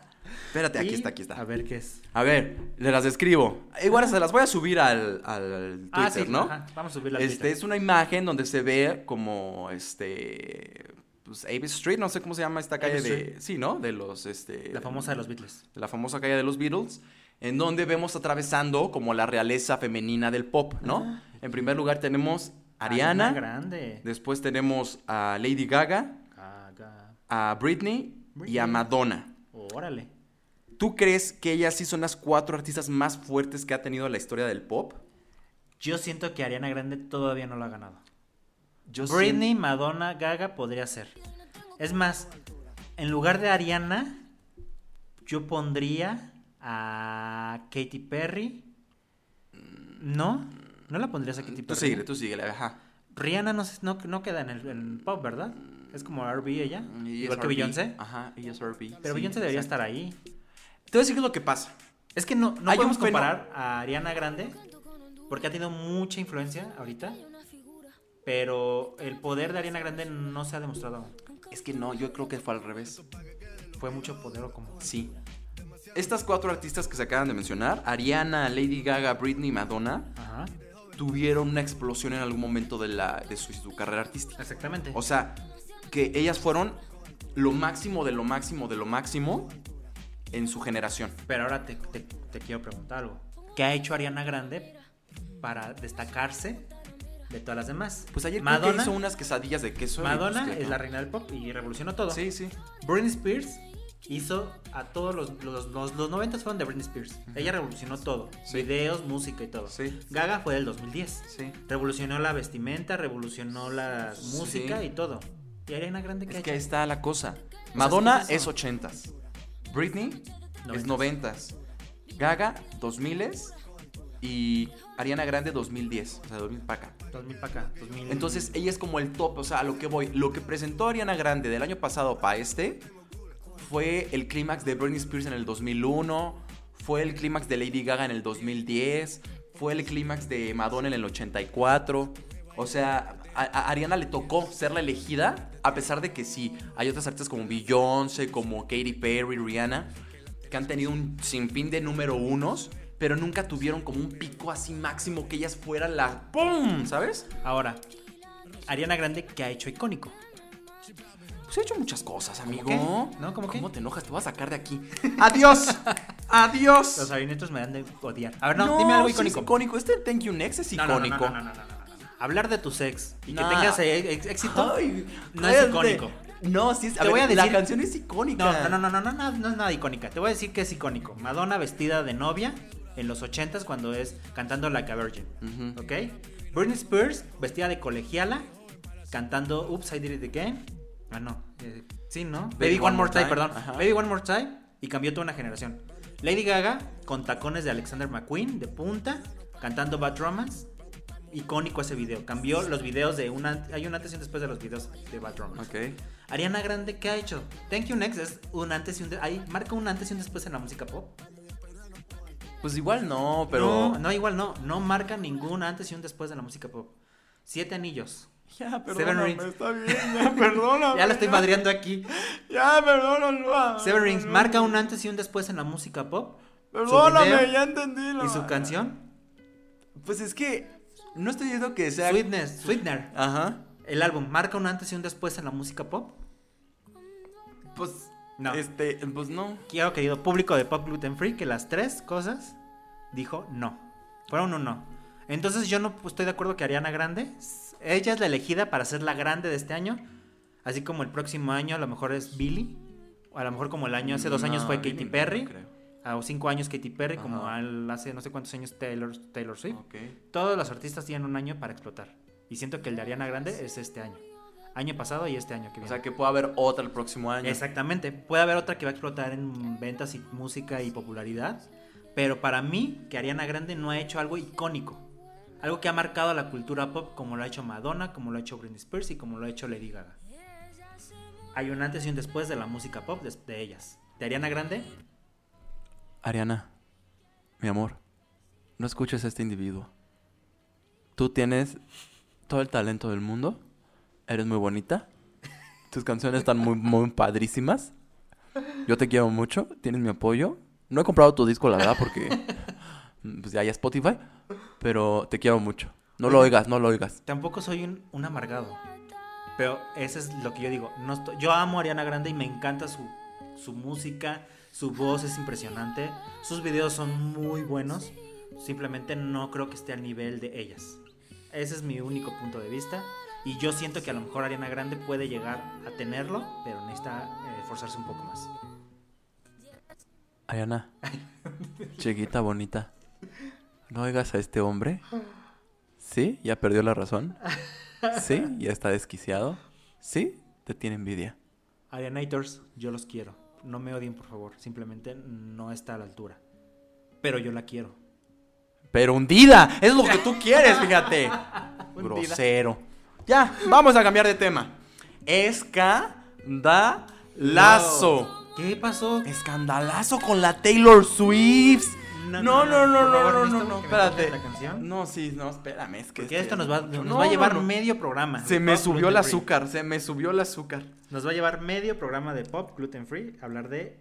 S3: Espérate, aquí
S4: Y-
S3: está, aquí está.
S4: A ver qué es.
S3: A ver, le las describo. Igual se las voy a subir al, al Twitter,
S4: ah, sí,
S3: ¿no?
S4: ajá, Vamos a subirla al
S3: Este
S4: Twitter.
S3: es una imagen donde se ve como este. Pues Avis Street, no sé cómo se llama esta calle
S4: Avis
S3: de.
S4: Street.
S3: Sí, ¿no? De los. Este,
S4: La famosa de los Beatles.
S3: la famosa calle de los Beatles, en donde vemos atravesando como la realeza femenina del pop, ¿no? En primer lugar tenemos a Ariana,
S4: Grande.
S3: después tenemos a Lady Gaga,
S4: Gaga.
S3: a Britney, y a
S4: Britney.
S3: Madonna.
S4: Órale.
S3: ¿Tú crees que ellas sí son las cuatro artistas más fuertes que ha tenido la historia del pop?
S4: Yo siento que Ariana Grande todavía no lo ha ganado.
S3: Yo
S4: Britney, Madonna, Gaga podría ser. Es más, en lugar de Ariana, yo pondría a Katy Perry. ¿No? ¿No la pondrías a Katy
S3: Tú
S4: Perry?
S3: síguele, tú síguele, ajá.
S4: Rihanna no, se- no, no queda en el en pop, ¿verdad? Es como RB ella.
S3: Mm,
S4: Igual que
S3: ESRB.
S4: Beyoncé.
S3: Ajá, ESRB.
S4: Pero
S3: Ah, sí,
S4: Beyoncé debería
S3: exacto.
S4: estar ahí.
S3: Te voy a decir qué es lo que pasa.
S4: Es que no, no
S3: Hay un
S4: podemos
S3: fenó-
S4: comparar a Ariana Grande porque ha tenido mucha influencia ahorita. Pero el poder de Ariana Grande no se ha demostrado aún.
S3: Es que no, yo creo que fue al revés.
S4: Fue mucho poder o como.
S3: Sí. Estas cuatro artistas que se acaban de mencionar, Ariana, Lady Gaga, Britney y Madonna,
S4: Ajá.
S3: tuvieron una explosión en algún momento de, la, de su, su carrera artística.
S4: Exactamente.
S3: O sea, que ellas fueron lo máximo de lo máximo de lo máximo en su generación.
S4: Pero ahora te, te- te quiero preguntar algo. ¿Qué ha hecho Ariana Grande para destacarse de todas las demás.
S3: Pues ayer creo que
S4: Madonna,
S3: hizo unas quesadillas de queso. y
S4: Madonna
S3: pues que-
S4: es la reina del pop y revolucionó todo.
S3: Sí, sí.
S4: Britney Spears hizo a todos los los, los, los 90 fueron de Britney Spears. Ella revolucionó todo,
S3: Sí.
S4: videos, música y todo.
S3: Sí.
S4: Gaga fue del 2010.
S3: Sí.
S4: Revolucionó la vestimenta, revolucionó la
S3: Sí.
S4: música y todo. Y Ariana Grande que
S3: Es que ahí está la cosa. Madonna es 80s. Britney es 90s. Gaga 2000s. Y Ariana Grande 2010. O sea, 2000 para acá.
S4: 2000 para acá, 2000.
S3: Entonces ella es como el top, o sea, a lo que voy. Lo que presentó Ariana Grande del año pasado para este fue el clímax de Britney Spears en el 2001, fue el clímax de Lady Gaga en el 2010, fue el clímax de Madonna en el 84. O sea, a, a Ariana le tocó ser la elegida, a pesar de que sí, hay otras artistas como Beyoncé, como Katy Perry, Rihanna, que han tenido un sinfín de número unos, pero nunca tuvieron como un pico así máximo que ellas fueran la ¡pum! ¿Sabes?
S4: ahora Ariana Grande que ha hecho icónico.
S3: Pues he hecho muchas cosas, amigo.
S4: qué? ¿No? ¿Cómo qué?
S3: te enojas? Te voy a sacar de aquí. ¡Adiós! ¡Adiós!
S4: Los avinetos me dan de odiar. A ver, no, dime algo
S3: sí
S4: icónico.
S3: es icónico. Este Thank You Next es
S4: No, no, no,
S3: icónico.
S4: no, no, no, no, no, no. Hablar de tus ex y
S3: Nah.
S4: que tengas eh, ex- éxito
S3: Ay,
S4: no es
S3: cállate.
S4: icónico.
S3: No, sí es.
S4: Te voy a
S3: La
S4: decir-
S3: canción es icónica.
S4: No, no, no, no, no, no, no, no es nada icónica. Te voy a decir que es icónico. Madonna vestida de novia en los 80s cuando es cantando Like a Virgin.
S3: Ujú.
S4: ¿Ok? Britney Spears vestida de colegiala cantando Oops, I Did It Again. Ah, no. eh, sí, ¿no? Baby, One, More Time, perdón.
S3: Ajá.
S4: Baby One More Time y cambió toda una generación. Lady Gaga con tacones de Alexander McQueen de punta cantando Bad Romance. Icónico ese video. Cambió los videos de una. Hay un antes y un después de los videos de Bad Romance.
S3: Ok.
S4: Ariana Grande, ¿qué ha hecho? Thank You Next es un antes y un de- ahí marca un antes y un después en la música pop.
S3: Pues igual no, pero.
S4: no, no igual no, no marca ningún antes y un después de la música pop. Siete anillos.
S3: Ya,
S4: Seven
S3: perdóname.
S4: Rings.
S3: Está bien, ya, perdóname.
S4: Ya la estoy madreando aquí.
S3: Ya, ah. perdóname.
S4: Seven Rings marca un antes y un después en la música pop. Su video
S3: Perdóname, ya entendí. la-
S4: Y su canción
S3: Pues es que. No estoy diciendo que sea.
S4: Sweetness, Sweetener.
S3: Ajá.
S4: El álbum marca un antes y un después en la música pop.
S3: Pues.
S4: No.
S3: Este, pues no.
S4: Quiero querido público de Pop Gluten Free que las tres cosas dijo no. Fueron un no. Entonces yo no estoy de acuerdo que Ariana Grande, ella es la elegida para ser la grande de este año, así como el próximo año a lo mejor es Billy, o a lo mejor como el año hace dos
S3: No,
S4: años fue
S3: Billie
S4: Katy
S3: no,
S4: Perry,
S3: creo.
S4: a cinco años Katy Perry, como
S3: Ajá.
S4: al- hace no sé cuántos años Taylor, Taylor Swift.
S3: Ok.
S4: Todos los artistas tienen un año para explotar. Y siento que el de Ariana Grande es este año. Año pasado y este año
S3: O
S4: que viene.
S3: sea que puede haber otra el próximo año.
S4: Exactamente. Puede haber otra que va a explotar en ventas y música y popularidad. Pero para mí, que Ariana Grande no ha hecho algo icónico. Algo que ha marcado a la cultura pop como lo ha hecho Madonna, como lo ha hecho Britney Spears y como lo ha hecho Lady Gaga. Hay un antes y un después de la música pop de, de ellas. De Ariana Grande,
S3: Ariana, mi amor, no escuches a este individuo. Tú tienes todo el talento del mundo. Eres muy bonita. Tus canciones están muy, muy padrísimas. Yo te quiero mucho. Tienes mi apoyo. No he comprado tu disco, la verdad, porque mm, pues, ya hay Spotify. Pero te quiero mucho. No lo oigas, no lo oigas.
S4: tampoco soy un, un amargado. Pero eso es lo que yo digo. No estoy- yo amo a Ariana Grande y me encanta su, su música, su voz es impresionante, sus videos son muy buenos. Simplemente no creo que esté al nivel de ellas. Ese es mi único punto de vista. Y yo siento que a lo mejor Ariana Grande puede llegar a tenerlo, pero necesita eh, esforzarse un poco más.
S3: Ariana, chiquita bonita, no oigas a este hombre. Sí, ya perdió la razón. Sí, ya está desquiciado. Sí, te tiene envidia.
S4: Arianators, yo los quiero. No me odien, por favor. Simplemente no está a la altura. Pero yo la quiero.
S3: Pero hundida, eso es lo que tú quieres, fíjate. Grosero. Ya, vamos a cambiar de tema. Escandalazo.
S4: ¿Qué pasó?
S3: Escandalazo con la Taylor Swift.
S4: No,
S3: No, no,
S4: no,
S3: no, no,
S4: por favor,
S3: no, no, no,
S4: necesito que me
S3: espérate.
S4: pongas la canción.
S3: No, sí, no, espérame, es que
S4: Porque
S3: este-
S4: esto nos va, nos
S3: No,
S4: va a
S3: no,
S4: llevar
S3: no.
S4: medio programa.
S3: Se
S4: de
S3: me
S4: Pop
S3: subió
S4: Gluten
S3: el
S4: Free.
S3: azúcar, se me subió el azúcar.
S4: Nos va a llevar medio programa de pop gluten free hablar de.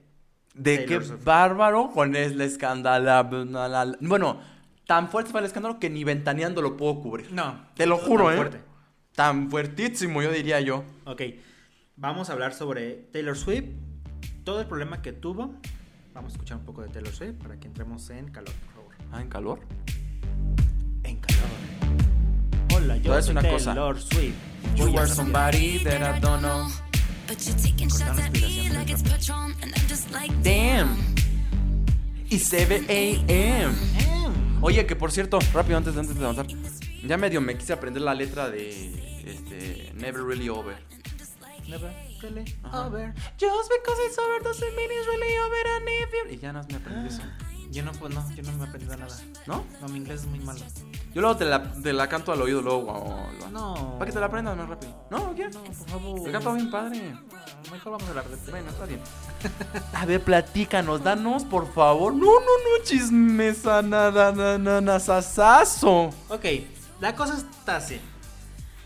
S3: De
S4: Taylor
S3: qué
S4: Swift.
S3: bárbaro con el escándalo. na, la, la. Bueno, tan fuerte fue el escándalo que ni ventaneando lo puedo cubrir.
S4: No.
S3: Te lo juro,
S4: tan
S3: ¿eh?
S4: fuerte.
S3: Tan fuertísimo, yo diría yo.
S4: Ok. Vamos a hablar sobre Taylor Swift, todo el problema que tuvo. Vamos a escuchar un poco de Taylor Swift para que entremos en calor, por favor.
S3: Ah, en calor.
S4: En calor.
S3: Hola.
S4: sola. Yo
S3: voy a
S4: soy
S3: decir una cosa.
S4: Taylor Swift.
S5: You
S4: Voy a
S5: are
S4: cambiar.
S5: somebody that I don't know.
S2: But you're taking shots at me like it's Patron, and I'm just like,
S5: Damn. It's 7 a.m.
S3: Oye, que por cierto, rápido antes de, antes de avanzar, ya medio me quise aprender la letra de este, Never Really Over.
S4: Never really over.
S3: Just because it's over doesn't mean it's really over and if you- Y ya no me aprendí eso,
S4: Yo no, pues no, yo no me he aprendido nada.
S3: ¿no?
S4: No, mi inglés es muy malo.
S3: Yo luego te la, te la canto al oído luego. o- lo-
S4: No.
S3: Para que te la aprendas más rápido. No, ¿no quieres?
S4: No, pues, por favor.
S3: Te canto bien padre.
S4: Mejor vamos a hablar de
S3: Bueno, está bien. A ver, platícanos, danos, por favor. No, no, no, chismesa, nada, nada, nada, sasazo.
S4: Ok, la cosa está así.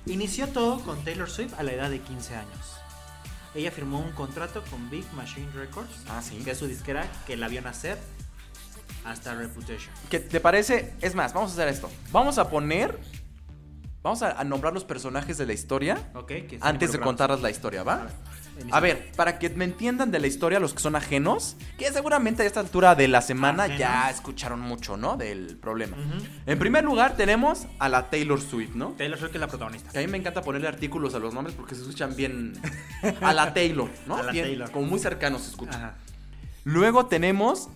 S4: Inició todo con Taylor Swift a la edad de 15 años. Ella firmó un contrato con Big Machine Records,
S3: Ah, sí.
S4: que es su disquera que la vio nacer hasta Reputation.
S3: ¿Qué te parece? Es más, vamos a hacer esto. Vamos a poner. Vamos a, a nombrar los personajes de la historia
S4: Ok, que están
S3: antes de
S4: involucrados.
S3: contarles la historia, ¿va?
S4: Inicia.
S3: A ver, para que me entiendan de la historia los que son ajenos, que seguramente a esta altura de la semana
S4: Ajenos.
S3: ya escucharon mucho, ¿no? Del problema.
S4: Ujú.
S3: En primer lugar tenemos a la Taylor Swift, ¿no?
S4: Taylor Swift es la protagonista.
S3: Que a mí me encanta ponerle artículos a los nombres porque se escuchan bien a la Taylor, ¿no?
S4: A la
S3: Bien,
S4: Taylor. Ah.
S3: Como muy cercanos se escuchan.
S4: Ajá.
S3: Luego tenemos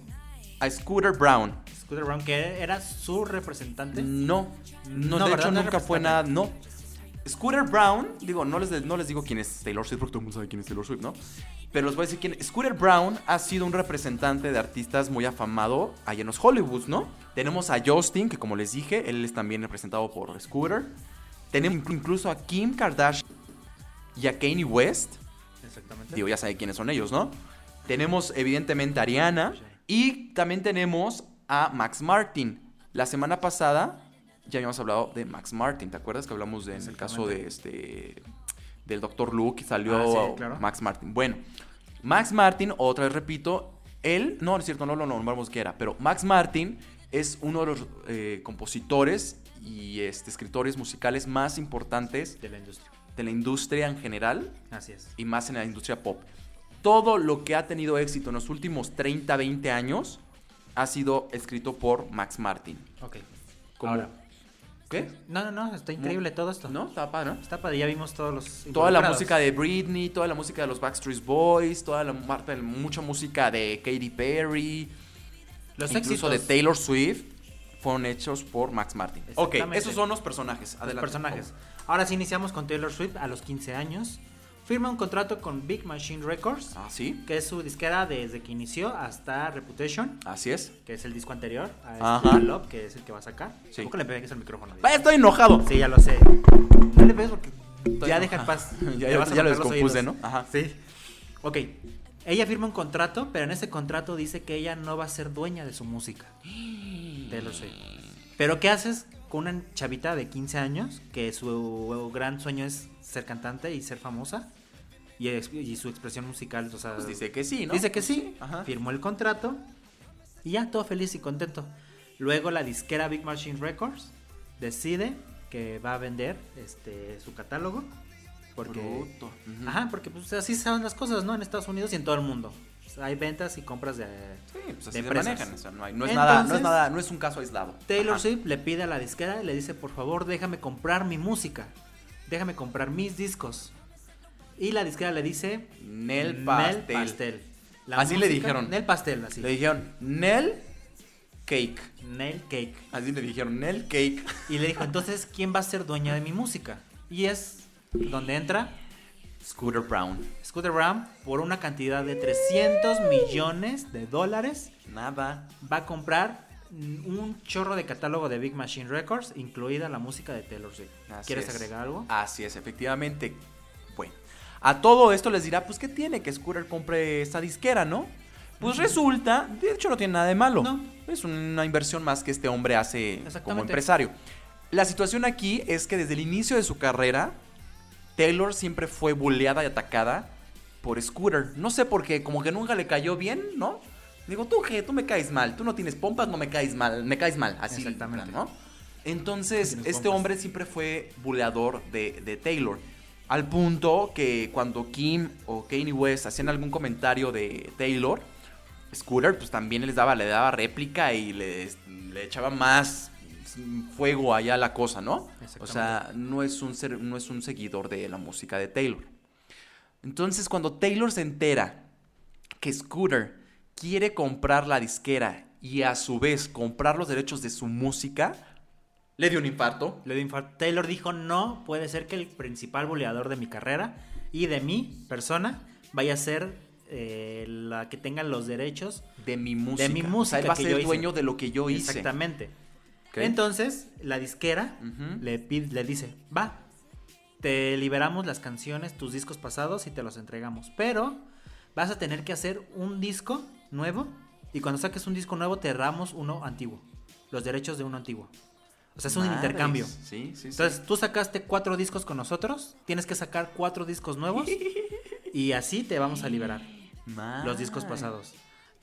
S3: a Scooter Brown.
S4: Scooter Brown, que era su representante.
S3: No, no,
S4: No,
S3: de
S4: ¿verdad?
S3: hecho
S4: No era
S3: nunca fue nada, no. Scooter Brown, digo, no les, no les digo quién es Taylor Swift, porque todo el mundo sabe quién es Taylor Swift, ¿no? Pero les voy a decir quién. Scooter Brown ha sido un representante de artistas muy afamado allá en los Hollywoods, ¿no? Tenemos a Justin, que como les dije, él es también representado por Scooter. Tenemos incluso a Kim Kardashian y a Kanye West.
S4: Exactamente.
S3: Digo, ya saben quiénes son ellos, ¿no? Tenemos evidentemente a Ariana y también tenemos a Max Martin. La semana pasada ya habíamos hablado de Max Martin, ¿te acuerdas que hablamos de, en el caso de este del Dr. Luke y salió
S4: Ah, sí, claro.
S3: Max Martin? Bueno, Max Martin, otra vez repito, él, no, no es cierto, no lo nombramos que era, pero Max Martin es uno de los eh, compositores y este, escritores musicales más importantes
S4: De la industria.
S3: de la industria en general
S4: Así es.
S3: y más en la industria pop. Todo lo que ha tenido éxito en los últimos 30, 20 años ha sido escrito por Max Martin.
S4: Ok.
S3: Como-
S4: Ahora.
S3: ¿Qué?
S4: No, no, no, está increíble todo esto.
S3: ¿No? Está padre, ¿no?
S4: Está padre, ya vimos todos los.
S3: Toda la
S4: involucrados.
S3: música de Britney, toda la música de los Backstreet Boys, toda la parte- mucha música de Katy Perry,
S4: Los
S3: incluso
S4: éxitos.
S3: de Taylor Swift, fueron hechos por Max Martin. Ok,
S4: Exactamente.
S3: esos son los personajes.
S4: los
S3: Adelante.
S4: personajes. Ahora sí iniciamos con Taylor Swift a los 15 años. Firma un contrato con Big Machine Records,
S3: Ah, sí,
S4: que es su disquera desde que inició hasta Reputation,
S3: así es.
S4: que es el disco anterior a este
S3: Ajá.
S4: Love, que es el que va a sacar.
S3: Sí.
S4: Nunca le pegues el micrófono.
S3: Vaya, Estoy enojado.
S4: Sí, ya lo sé. No le pegues porque ya
S3: enojado.
S4: deja en paz.
S3: Ya-
S4: Te vas a
S3: ya lo
S4: romper los
S3: descompuse,
S4: oídos.
S3: ¿no? Ajá.
S4: Sí. Ok. Ella firma un contrato, pero en ese contrato dice que ella no va a ser dueña de su música. Taylor Swift. Pero ¿qué haces con una chavita de 15 años que su gran sueño es ser cantante y ser famosa? Y, ex- y su expresión musical, o sea,
S3: Pues dice que sí, ¿no?
S4: Dice que sí,
S3: Ajá.
S4: firmó el contrato y ya todo feliz y contento. Luego la disquera Big Machine Records decide que va a vender este su catálogo porque
S3: Bruto. Ujú.
S4: Ajá, porque pues así se saben las cosas, ¿no? En Estados Unidos y en todo el mundo. O sea, hay ventas y compras de
S3: Sí, pues
S4: de
S3: así se
S4: empresas.
S3: manejan. o sea, no, hay- no es
S4: Entonces-
S3: nada, no es nada, no es un caso aislado.
S4: Taylor
S3: Ajá.
S4: Swift le pide a la disquera y le dice, por favor, déjame comprar mi música. Déjame comprar mis discos. Y la disquera le dice,
S3: Nel
S4: "Nel
S3: pastel.
S4: pastel".
S3: Así le dijeron.
S4: Nel pastel, así.
S3: Le dijeron Nel Cake.
S4: Nel cake.
S3: Así le dijeron Nel Cake.
S4: Y le dijo, entonces, ¿quién va a ser dueña de mi música? Y es donde entra
S3: Scooter Brown.
S4: Scooter Brown por una cantidad de 300 millones de dólares.
S3: Nada.
S4: Va a comprar mm, un chorro de catálogo de Big Machine Records, incluida la música de Taylor Swift.
S3: Así
S4: ¿Quieres
S3: es. Ah.
S4: agregar algo?
S3: Así es, efectivamente. Bueno, a todo esto les dirá, pues, ¿qué tiene que Scooter compre esta disquera, no? Pues resulta, de hecho no tiene nada de malo.
S4: No.
S3: Es una inversión más que este hombre hace como
S4: Exactamente.
S3: empresario. La situación aquí es que desde el inicio de su carrera, Taylor siempre fue buleada y atacada por Scooter. No sé por qué, como que nunca le cayó bien, ¿no? Digo, tú que tú me caes mal, tú no tienes pompas, no me caes mal, me caes mal, así.
S4: Exactamente.
S3: ¿no? Entonces,
S4: Tienes
S3: este
S4: pompas.
S3: hombre siempre fue buleador de, de Taylor. Al punto que cuando Kim o Kanye West hacían algún comentario de Taylor, Scooter pues también les daba, le daba réplica y les- le echaba más fuego allá la cosa, ¿no? O
S4: Exactamente.
S3: sea, no es, un ser- no es un seguidor de la música de Taylor. Entonces, cuando Taylor se entera que Scooter quiere comprar la disquera y a su vez comprar los derechos de su música, le dio un infarto.
S4: Le dio infarto. Taylor dijo, no, puede ser que el principal boleador de mi carrera y de mi persona vaya a ser eh, la que tenga los derechos
S3: De mi música.
S4: mi
S3: O sea,
S4: música
S3: él va a
S4: que
S3: ser
S4: yo hice.
S3: dueño de lo que yo hice.
S4: Exactamente.
S3: Ok.
S4: Entonces, la disquera
S3: Ujú.
S4: le, pide, le dice, va, te liberamos las canciones, tus discos pasados y te los entregamos. Pero vas a tener que hacer un disco nuevo y cuando saques un disco nuevo te damos uno antiguo. Los derechos de uno antiguo. O sea, es un
S3: Madres.
S4: intercambio.
S3: Sí, sí, sí.
S4: Entonces, tú sacaste cuatro discos con nosotros, tienes que sacar cuatro discos nuevos y así te vamos a liberar los discos
S3: Madres.
S4: pasados.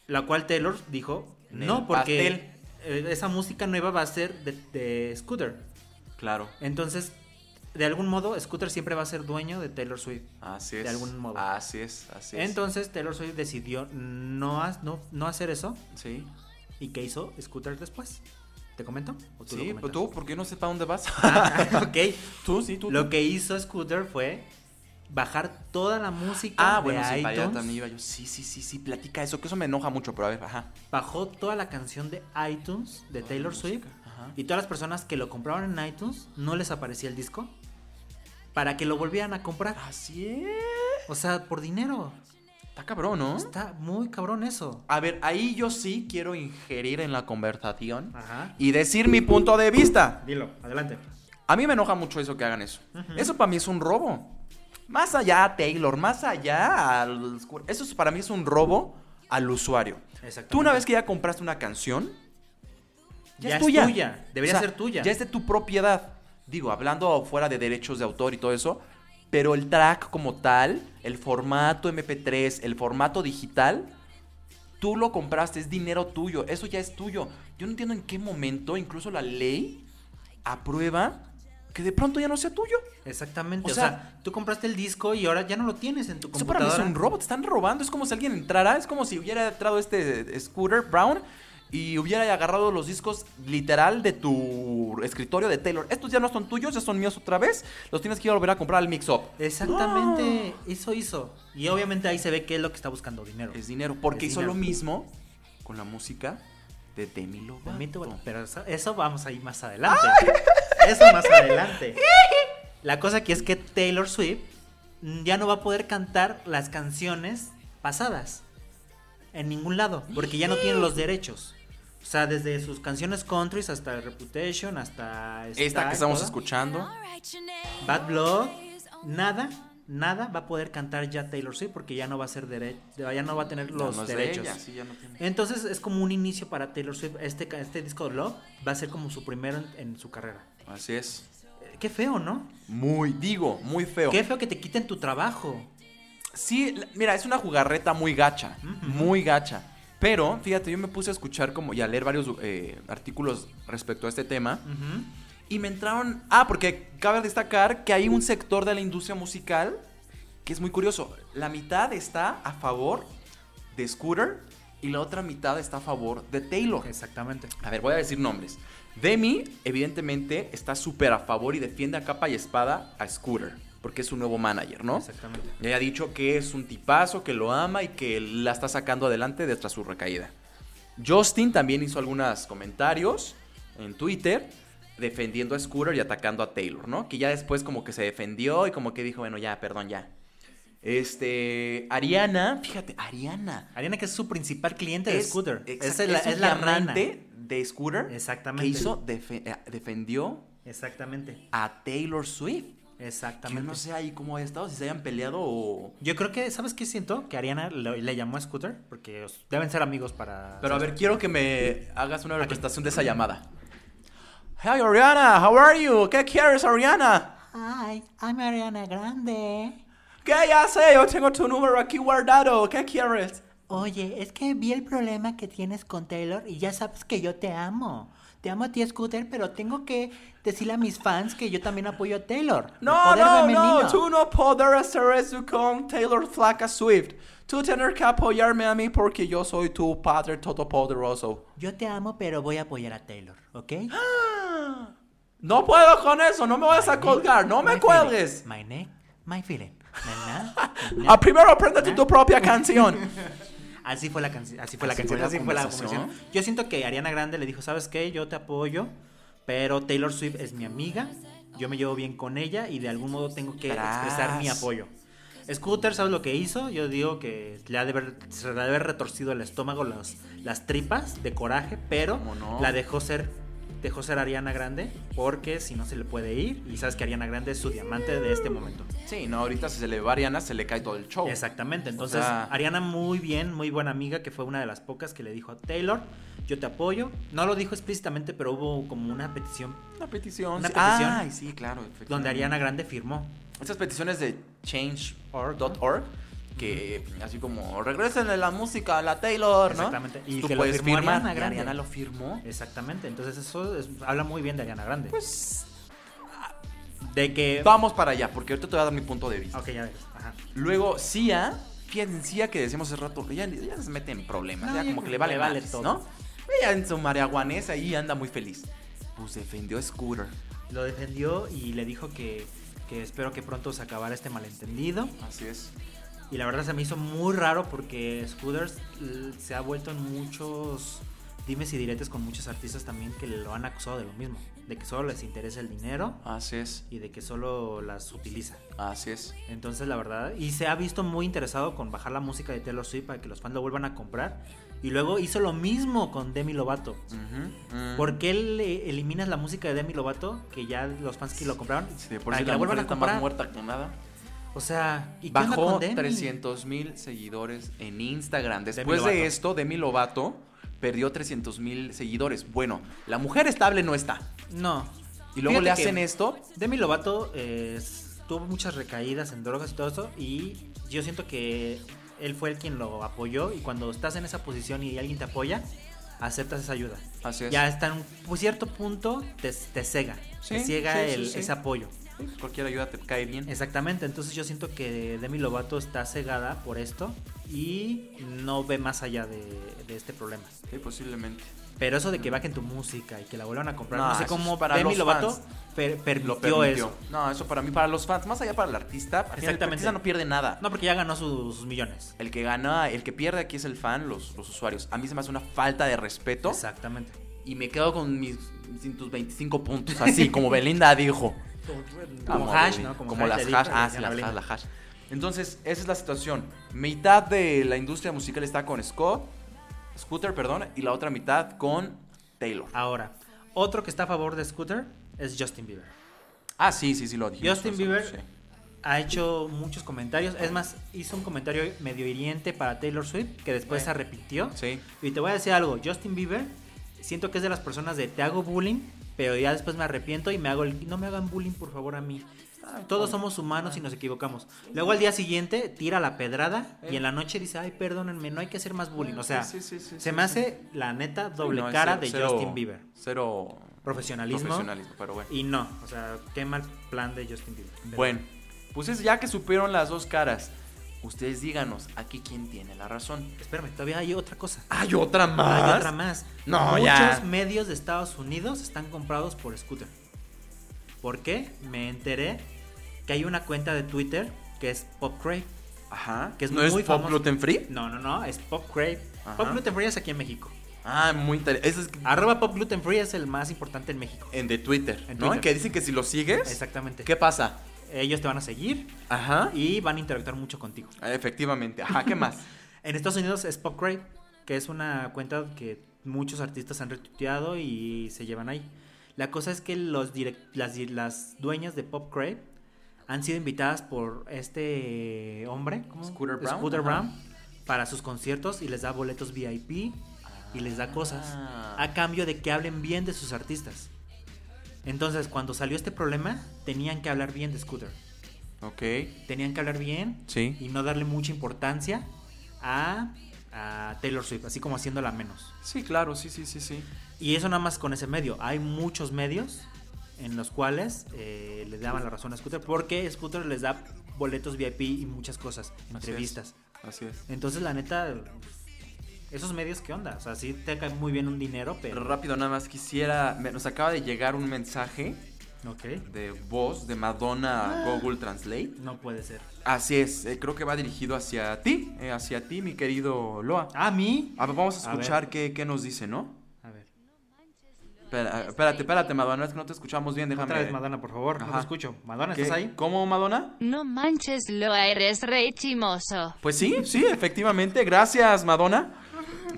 S4: La cual Taylor dijo,
S3: En el
S4: no, porque eh, esa música nueva va a ser de, de Scooter.
S3: Claro.
S4: Entonces, de algún modo, Scooter siempre va a ser dueño de Taylor Swift.
S3: Así
S4: De
S3: es.
S4: algún modo.
S3: Así es, así es.
S4: Entonces, Taylor Swift decidió no, ha- no, no hacer eso.
S3: Sí.
S4: ¿Y qué hizo Scooter después? ¿Te comento? ¿O tú lo
S3: Sí, pero
S4: comentas? Ah,
S3: tú, porque no sé para dónde vas.
S4: ok.
S3: tú, sí, tú.
S4: Lo
S3: tú.
S4: que hizo Scooter fue bajar toda la música
S3: Ah,
S4: de
S3: bueno, sí, para allá
S4: iTunes.
S3: también iba yo. Sí, sí, sí, sí, platica eso, que eso me enoja mucho, pero a ver, ajá.
S4: Bajó toda la canción de iTunes de Taylor Swift.
S3: Ajá.
S4: Y todas las personas que lo compraron en iTunes no les aparecía el disco para que lo volvieran a comprar.
S3: Así es.
S4: O sea, por dinero.
S3: Está cabrón, ¿no?
S4: Está muy cabrón eso.
S3: A ver, ahí yo sí quiero ingerir en la conversación
S4: Ajá.
S3: y decir mi punto de vista.
S4: Dilo, adelante.
S3: A mí me enoja mucho eso que hagan eso. Eso para mí es un robo. Más allá a Taylor, más allá al... Eso es- para mí es un robo al usuario.
S4: Exactamente.
S3: Tú una vez que ya compraste una canción,
S4: Ya es tuya, debería ser tuya.
S3: Ya es de tu propiedad. Digo, hablando fuera de derechos de autor y todo eso, pero el track como tal, el formato MP3, el formato digital, tú lo compraste, es dinero tuyo, eso ya es tuyo. Yo no entiendo en qué momento incluso la ley aprueba que de pronto ya no sea tuyo.
S4: Exactamente.
S3: O
S4: O sea, tú compraste el disco y ahora ya no lo tienes en tu
S3: Eso para mí
S4: computadora.
S3: es un robo, te están robando. Es como si alguien entrara, es como si hubiera entrado este Scooter Brown y hubiera agarrado los discos literal de tu escritorio de Taylor. Estos ya no son tuyos, ya son míos otra vez. Los tienes que ir a volver a comprar al mix-up.
S4: Exactamente.
S3: ¡Ah!
S4: Eso hizo. Y obviamente ahí se ve qué es lo que está buscando dinero.
S3: Es dinero, porque
S4: Es
S3: hizo
S4: dinero.
S3: lo mismo con la música de Demi Lovato.
S4: También te voy a- Pero eso, eso vamos a ir más adelante. Eso más adelante. La cosa aquí es que Taylor Swift mm, ya no va a poder cantar las canciones pasadas en ningún lado, porque ya no tiene los derechos. O sea, desde sus canciones countries hasta Reputation, hasta
S3: Esta
S4: Star,
S3: que estamos
S4: todo,
S3: escuchando.
S4: Bad Blood, nada, nada va a poder cantar ya Taylor Swift porque ya no va a ser dere- ya no va a tener los
S3: no, no es de
S4: derechos.
S3: ella, sí, ya no tiene.
S4: Entonces es como un inicio para Taylor Swift. Este, ca- este disco de Love va a ser como su primero en, en su carrera.
S3: Así es.
S4: Eh, Qué feo, ¿no?
S3: Muy, digo, muy feo.
S4: Qué feo que te quiten tu trabajo.
S3: Sí, la- mira, es una jugarreta muy gacha, muy gacha. Pero, fíjate, yo me puse a escuchar como y a leer varios eh, artículos respecto a este tema. Y me entraron... Ah, porque cabe destacar que hay un sector de la industria musical que es muy curioso. La mitad está a favor de Scooter y la otra mitad está a favor de Taylor.
S4: Oh. Exactamente.
S3: A ver, voy a decir nombres. Demi, evidentemente, está súper a favor y defiende a capa y espada a Scooter, porque es su nuevo manager, ¿no?
S4: Exactamente.
S3: Ya ha dicho que es un tipazo, que lo ama y que la está sacando adelante de tras su recaída. Justin también hizo algunos comentarios en Twitter defendiendo a Scooter y atacando a Taylor, ¿no? Que ya después como que se defendió y como que dijo, bueno, ya, perdón, ya. Este, Ariana, fíjate, Ariana.
S4: Ariana, que es su principal cliente de
S3: es-
S4: Scooter.
S3: exact-
S4: Esa es la, es
S3: un
S4: la rana.
S3: diamante de Scooter.
S4: Exactamente.
S3: Que hizo, defe- eh, defendió
S4: Exactamente.
S3: a Taylor Swift. Que yo
S4: Exactamente.
S3: no sé ahí cómo haya estado, si se hayan peleado o...
S4: Yo creo que, ¿sabes qué siento? Que Ariana lo- le llamó a Scooter porque os- deben ser amigos para.
S3: Pero a ver, quiero que me hagas una representación de esa llamada. Hey Ariana, how are you? ¿Qué quieres, Ariana?
S4: Hi, I'm Ariana Grande.
S3: ¿Qué ya sé? Yo tengo tu número aquí guardado. ¿Qué quieres?
S4: Oye, es que vi el problema que tienes con Taylor y ya sabes que yo te amo. Te amo a ti, Scooter, pero tengo que decirle a mis fans que yo también apoyo a Taylor. El
S3: No,
S4: poder
S3: no,
S4: femenino.
S3: no. Tú no podrás hacer eso con Taylor Flaca Swift. Tú tienes que apoyarme a mí porque yo soy tu padre todopoderoso.
S4: Yo te amo, pero voy a apoyar a Taylor, ¿ok?
S3: No puedo con eso, no me vayas a colgar, no me
S4: My
S3: cuelgues.
S4: feeling, My neck, my feeling. Na, na, na.
S3: A primero apréndete tu propia canción.
S4: Así fue la canción, así fue la
S3: Así
S4: canción,
S3: fue la
S4: así fue la
S3: conversación.
S4: conversación. Yo siento que Ariana Grande le dijo, "¿Sabes qué? Yo te apoyo, pero Taylor Swift es mi amiga, yo me llevo bien con ella y de algún modo tengo que
S3: Tras.
S4: expresar mi apoyo." Scooter, ¿sabes lo que hizo? Yo digo que le ha de haber, se le ha de haber retorcido el estómago, los- las tripas de coraje, pero
S3: ¿Cómo no?
S4: la dejó ser dejó ser Ariana Grande porque si no se le puede ir y sabes que Ariana Grande es su diamante de este momento.
S3: Sí, no, ahorita si se le va a Ariana, se le cae todo el show.
S4: Exactamente. Entonces,
S3: Oh. sea-
S4: Ariana muy bien, muy buena amiga, que fue una de las pocas que le dijo a Taylor, yo te apoyo. No lo dijo explícitamente, pero hubo como una petición
S3: Una petición.
S4: Una
S3: sí.
S4: petición.
S3: Ay, sí, claro.
S4: donde
S3: efectivamente.
S4: Ariana Grande firmó.
S3: Estas peticiones de change.org que así como regresen la música a la Taylor, ¿no?
S4: Exactamente. Y
S3: Y tú
S4: que lo
S3: puedes
S4: firmó
S3: firmar.
S4: Ariana
S3: Y
S4: Grande.
S3: Ariana lo firmó.
S4: Exactamente. Entonces, eso es- habla muy bien de Ariana Grande. Pues... De que...
S3: ah, Vamos para allá, porque ahorita te voy a dar mi punto de vista.
S4: Ok, ya ves. Ajá.
S3: Luego, Sia, fíjense, en Sia que decíamos hace rato, ella, ella se mete en problemas,
S4: No,
S3: ya
S4: ella
S3: como que le vale,
S4: le vale
S3: madres,
S4: todo.
S3: ¿no? Ella en su marihuanés ahí anda muy feliz. Pues defendió a Scooter.
S4: Lo defendió y le dijo que, que espero que pronto se acabara este malentendido.
S3: Así es.
S4: Y la verdad se me hizo muy raro porque Scooters l- se ha vuelto en muchos dimes y diretes con muchos artistas también que lo han acusado de lo mismo. De que solo les interesa el dinero
S3: Así es.
S4: y de que solo las utiliza.
S3: Así es.
S4: Entonces la verdad, y se ha visto muy interesado con bajar la música de Taylor Swift para que los fans lo vuelvan a comprar. Y luego hizo lo mismo con Demi Lovato.
S3: Ujú, mm.
S4: ¿Por qué le eliminas la música de Demi Lovato que ya los fans que lo compraron?
S3: Sí, de por
S4: para
S3: sí
S4: que la
S3: mujer
S4: vuelvan a
S3: está más
S4: comprar.
S3: muerta que nada.
S4: O sea, ¿y qué onda
S3: Bajó
S4: con Demi?
S3: 300 mil seguidores en Instagram. Después
S4: Lovato.
S3: de esto, Demi Lovato perdió 300 mil seguidores. Bueno, la mujer estable no está.
S4: No.
S3: Y luego
S4: Fíjate
S3: le hacen
S4: que-
S3: esto.
S4: Demi Lovato eh, s- tuvo muchas recaídas en drogas y todo eso y yo siento que él fue el quien lo apoyó y cuando estás en esa posición y alguien te apoya, aceptas esa ayuda.
S3: Así es.
S4: Ya está en un pues, cierto punto, te, te cega, te
S3: Sí,
S4: ciega
S3: sí, sí,
S4: el-
S3: sí.
S4: ese apoyo.
S3: Cualquier ayuda te cae bien.
S4: Exactamente, entonces yo siento que Demi Lovato está cegada por esto y no ve más allá de, de este problema.
S3: Sí, posiblemente.
S4: Pero eso de que bajen tu música y que la vuelvan a comprar,
S3: No,
S4: no sé
S3: eso es
S4: cómo
S3: para
S4: Demi
S3: los
S4: Lovato
S3: fans.
S4: per- permitió,
S3: Lo permitió.
S4: eso.
S3: No, eso para mí, para los fans, más allá para el artista, al final el
S4: Exactamente.
S3: artista no pierde nada.
S4: No, porque ya ganó su- sus millones.
S3: El que gana, el que pierde aquí es el fan, los, los usuarios. A mí se me hace una falta de respeto
S4: Exactamente.
S3: y me quedo con mis 125 puntos, así como Belinda dijo.
S4: Como
S3: Vamos,
S4: hash,
S3: güey.
S4: ¿no?
S3: Como,
S4: hash
S3: las
S4: de
S3: hash.
S4: Diplo,
S3: Ah,
S4: de
S3: sí, las
S4: Ana
S3: hash,
S4: Belén.
S3: la hash. Entonces, esa es la situación. Mitad de la industria musical está con Scott, Scooter, perdón, y la otra mitad con Taylor.
S4: Ahora, otro que está a favor de Scooter es Justin Bieber.
S3: Ah, sí, sí, sí, lo dije.
S4: Justin Bieber ha hecho muchos comentarios. Es más, hizo un comentario medio hiriente para Taylor Swift que después se arrepintió.
S3: Sí.
S4: Y te voy a decir algo. Justin Bieber, siento que es de las personas de te hago bullying, pero ya después me arrepiento y me hago el... No me hagan bullying, por favor, a mí. Ah, Todos somos humanos y nos equivocamos. Luego al día siguiente tira la pedrada y en la noche dice, ay, perdónenme, no hay que hacer más bullying. O sea,
S3: Eh. Sí, sí, sí, sí,
S4: se
S3: sí,
S4: me hace la neta doble cara de Justin Bieber.
S3: Cero
S4: Profesionalismo.
S3: profesionalismo, pero bueno.
S4: Y no, o sea, qué mal plan de Justin Bieber. Pero-
S3: Bueno, pues es ya que supieron las dos caras. Ustedes díganos, aquí quién tiene la razón.
S4: Espérame, todavía hay otra cosa.
S3: ¿Hay otra
S4: Hay otra más.
S3: ¿Ah, No,
S4: Muchos
S3: ya.
S4: medios de Estados Unidos están comprados por Scooter. ¿Por qué? Me enteré que hay una cuenta de Twitter que es Pop Crave.
S3: Ajá.
S4: Que es
S3: ¿No
S4: muy
S3: es pop
S4: famoso.
S3: gluten free?
S4: No, no, no, es Pop Crave.
S3: Ajá.
S4: Pop Gluten Free es aquí en México.
S3: Ah, muy interesante. Ese es
S4: Arroba Pop Gluten Free es el más importante en México.
S3: en de Twitter,
S4: En
S3: ¿no?
S4: Twitter.
S3: Que dicen que si lo sigues,
S4: Exactamente.
S3: ¿qué pasa?
S4: Ellos te van a seguir
S3: Ajá.
S4: y van a interactuar mucho contigo.
S3: Ah, Efectivamente. Ajá, ¿qué más?
S4: En Estados Unidos es Pop Crave, que es una cuenta que muchos artistas han retuiteado y se llevan ahí. La cosa es que los direc- las, di- las dueñas de Pop Crave han sido invitadas por este hombre, ¿cómo?
S3: Scooter Braun,
S4: Scooter
S3: ajá.
S4: Braun, para sus conciertos y les da boletos VIP y les da cosas
S3: Ah.
S4: a cambio de que hablen bien de sus artistas. Entonces, cuando salió este problema, tenían que hablar bien de Scooter
S3: ok.
S4: tenían que hablar bien
S3: Sí.
S4: y no darle mucha importancia a, a Taylor Swift, así como haciéndola menos.
S3: Sí, claro, sí, sí, sí, sí.
S4: Y eso nada más con ese medio. Hay muchos medios en los cuales eh, le daban la razón a Scooter porque Scooter les da boletos VIP y muchas cosas, entrevistas.
S3: Así es.
S4: Entonces la neta esos medios, ¿qué onda? O sea, sí te cae muy bien un dinero,
S3: Pero
S4: pero.
S3: Eh, rápido, nada más quisiera. me- nos acaba de llegar un mensaje
S4: Ok.
S3: de voz de Madonna a Google Translate.
S4: No puede ser.
S3: Así es, eh, creo que va dirigido hacia ti, eh, hacia ti, mi querido Loa.
S4: Ah, ¿A mí?
S3: A ver, vamos Ah. a
S4: A ver.
S3: escuchar qué, qué nos dice, ¿no?
S4: A ver.
S3: Espera, ah, espérate, espérate, Madonna, es que no te escuchamos bien, déjame.
S4: Otra vez, Madonna, por favor. No
S3: Ajá.
S4: te escucho. Madonna,
S3: ¿Qué?
S4: ¿estás ahí?
S3: ¿Cómo, Madonna?
S6: No manches, Loa, eres re chimoso.
S3: Pues sí, sí, efectivamente, gracias, Madonna.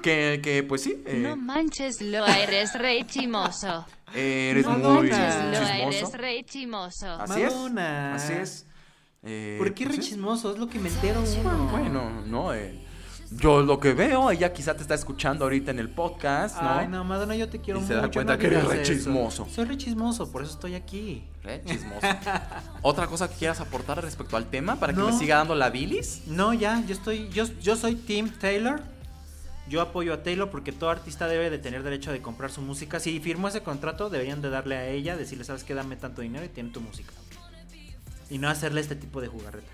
S3: Que, que pues sí, eh,
S6: No manches, Loa, eres re chimoso.
S3: eh, eres
S4: Madonna.
S3: muy
S6: Loa, eres
S3: chismoso.
S6: re chimoso.
S3: Así es,
S4: Madonna.
S3: así es. Eh,
S4: ¿Por qué
S3: pues
S4: re
S3: sí.
S4: chismoso? Es lo que me entero uno.
S3: Bueno, no, eh, yo lo que veo, ella quizá te está escuchando ahorita en el podcast, ¿no?
S4: Ay, no, Madonna, yo te quiero
S3: Y
S4: mucho.
S3: se da cuenta
S4: no
S3: que eres
S4: digas
S3: re
S4: eso.
S3: chismoso.
S4: Soy re chismoso, por eso estoy aquí.
S3: Re chismoso. ¿Otra cosa que quieras aportar respecto al tema para que
S4: No.
S3: me siga dando la bilis?
S4: No, ya, yo estoy, yo, yo soy Tim Taylor. Yo apoyo a Taylor porque todo artista debe de tener derecho de comprar su música. Si firmó ese contrato, deberían de darle a ella, decirle, sabes qué, dame tanto dinero y tiene tu música. Y no hacerle este tipo de jugarreta.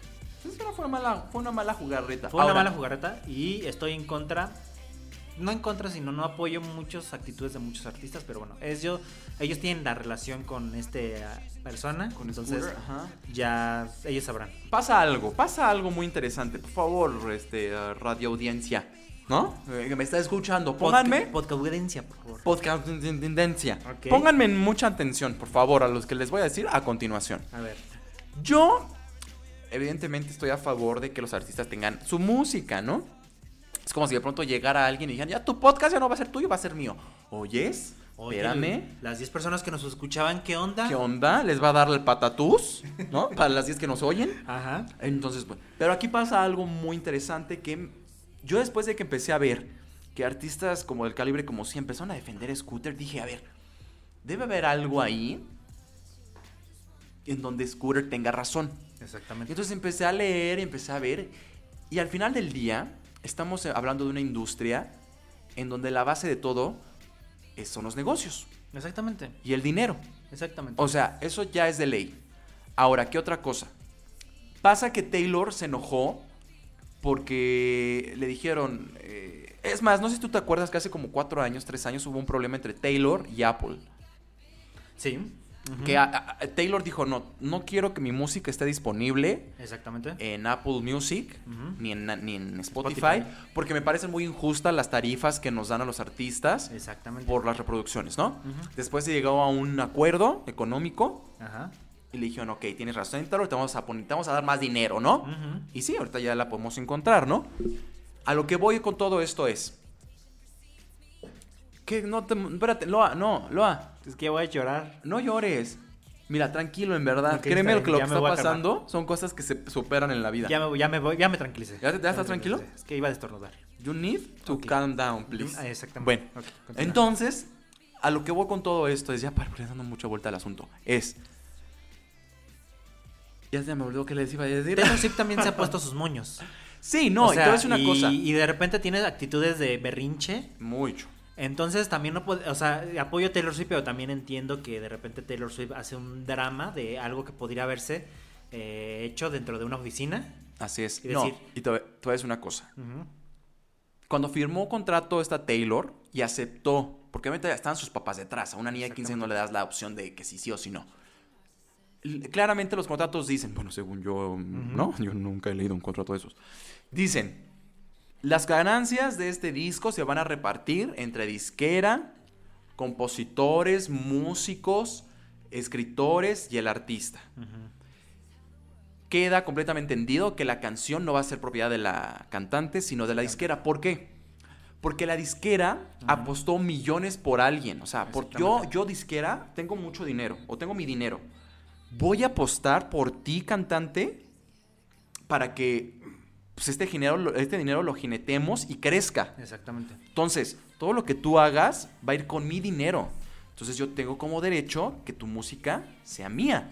S3: Es que no fue una mala, fue una mala jugarreta.
S4: Fue
S3: Ahora,
S4: una mala jugarreta y estoy en contra. No en contra, sino no apoyo muchas actitudes de muchos artistas, pero bueno, es yo, ellos tienen la relación con este ah, persona,
S3: Con
S4: entonces
S3: Scooter, ajá.
S4: ya ellos sabrán.
S3: Pasa algo, pasa algo muy interesante. Por favor, este, eh, radio audiencia, ¿no? Eh, que me está escuchando. Pónganme.
S4: Podcast por favor.
S3: Podcast tendencia.
S4: Ok.
S3: Pónganme en mucha atención, por favor, a los que les voy a decir a continuación.
S4: A ver.
S3: Yo, evidentemente, estoy a favor de que los artistas tengan su música, ¿no? Es como si de pronto llegara alguien y dijeran, ya tu podcast ya no va a ser tuyo, va a ser mío. Oyes,
S4: Oye,
S3: espérame.
S4: Las 10 personas que nos escuchaban, ¿qué onda?
S3: ¿Qué onda? ¿Les va a dar el patatús? ¿No? Para las 10 que nos oyen.
S4: Ajá.
S3: Entonces, bueno, pero aquí pasa algo muy interesante que yo después de que empecé a ver que artistas como del calibre como si empezaron a defender a Scooter, dije, a ver, debe haber algo ahí en donde Scooter tenga razón.
S4: Exactamente.
S3: Entonces empecé a leer, empecé a ver, y al final del día estamos eh, hablando de una industria en donde la base de todo eh, son los negocios
S4: Exactamente.
S3: y el dinero.
S4: Exactamente.
S3: O sea, eso ya es de ley. Ahora, ¿qué otra cosa? Pasa que Taylor se enojó porque le dijeron... eh, es más, no sé si tú te acuerdas que hace como cuatro años, tres años hubo un problema entre Taylor y Apple.
S4: sí.
S3: Que a- a- a- Taylor dijo, no, no quiero que mi música esté disponible
S4: Exactamente.
S3: en Apple Music
S4: Ujú.
S3: ni, en, ni en Spotify,
S4: Spotify.
S3: porque me parecen muy injustas las tarifas que nos dan a los artistas
S4: Exactamente.
S3: por las reproducciones, ¿no?
S4: Ujú.
S3: Después se llegó a un acuerdo económico
S4: Ajá.
S3: y le dijeron, ok, tienes razón, Taylor, te vamos a, poner, te vamos a dar más dinero, ¿no?
S4: Ujú.
S3: Y sí, ahorita ya la podemos encontrar, ¿no? A lo que voy con todo esto es... Que no te... Espérate, Loa, no, Loa,
S4: Es que voy a llorar.
S3: no llores. Mira, tranquilo, en verdad.
S4: Ok,
S3: Créeme
S4: está
S3: lo que lo que
S4: bien,
S3: está
S4: ya me voy a calmar.
S3: pasando son cosas que se superan en la vida.
S4: Ya me, voy- ya me voy, ya me tranquilicé.
S3: ¿Ya te- ya
S4: me
S3: estás tranquilo?
S4: tranquilicé. Es que iba a destornudar.
S3: You need to
S4: Ok.
S3: calm down, please.
S4: Ah, exactamente.
S3: Bueno,
S4: Ok, continúa.
S3: entonces, a lo que voy con todo esto es ya para para dando mucha vuelta al asunto. Es. Ya se me olvidó que les iba a decir.
S4: Taylor Swift también se ha puesto sus moños.
S3: Sí, no,
S4: O sea,
S3: entonces una
S4: y-
S3: cosa.
S4: Y de repente tiene actitudes de berrinche.
S3: Mucho.
S4: Entonces también no puede, o sea, apoyo a Taylor Swift, pero también entiendo que de repente Taylor Swift hace un drama de algo que podría haberse eh, hecho dentro de una oficina.
S3: Así es.
S4: Y
S3: no,
S4: decir-
S3: y te, voy- te voy a decir una cosa.
S4: Ujú.
S3: Cuando firmó contrato esta Taylor y aceptó, porque obviamente estaban sus papás detrás, a una niña de 15 no le das la opción de que sí, sí o sí no. L- Claramente los contratos dicen, bueno, según yo, no, yo nunca he leído un contrato de esos. Dicen, las ganancias de este disco se van a repartir entre disquera, compositores, músicos, escritores y el artista. Queda completamente entendido que la canción no va a ser propiedad de la cantante, sino de la disquera. ¿Por qué? Porque la disquera apostó millones por alguien. O sea, por yo, yo disquera tengo mucho dinero o tengo mi dinero. Voy a apostar por ti, cantante, para que pues, este, dinero, lo- este dinero lo jineteemos y crezca.
S4: Exactamente.
S3: Entonces, todo lo que tú hagas va a ir con mi dinero. Entonces yo tengo como derecho que tu música sea mía.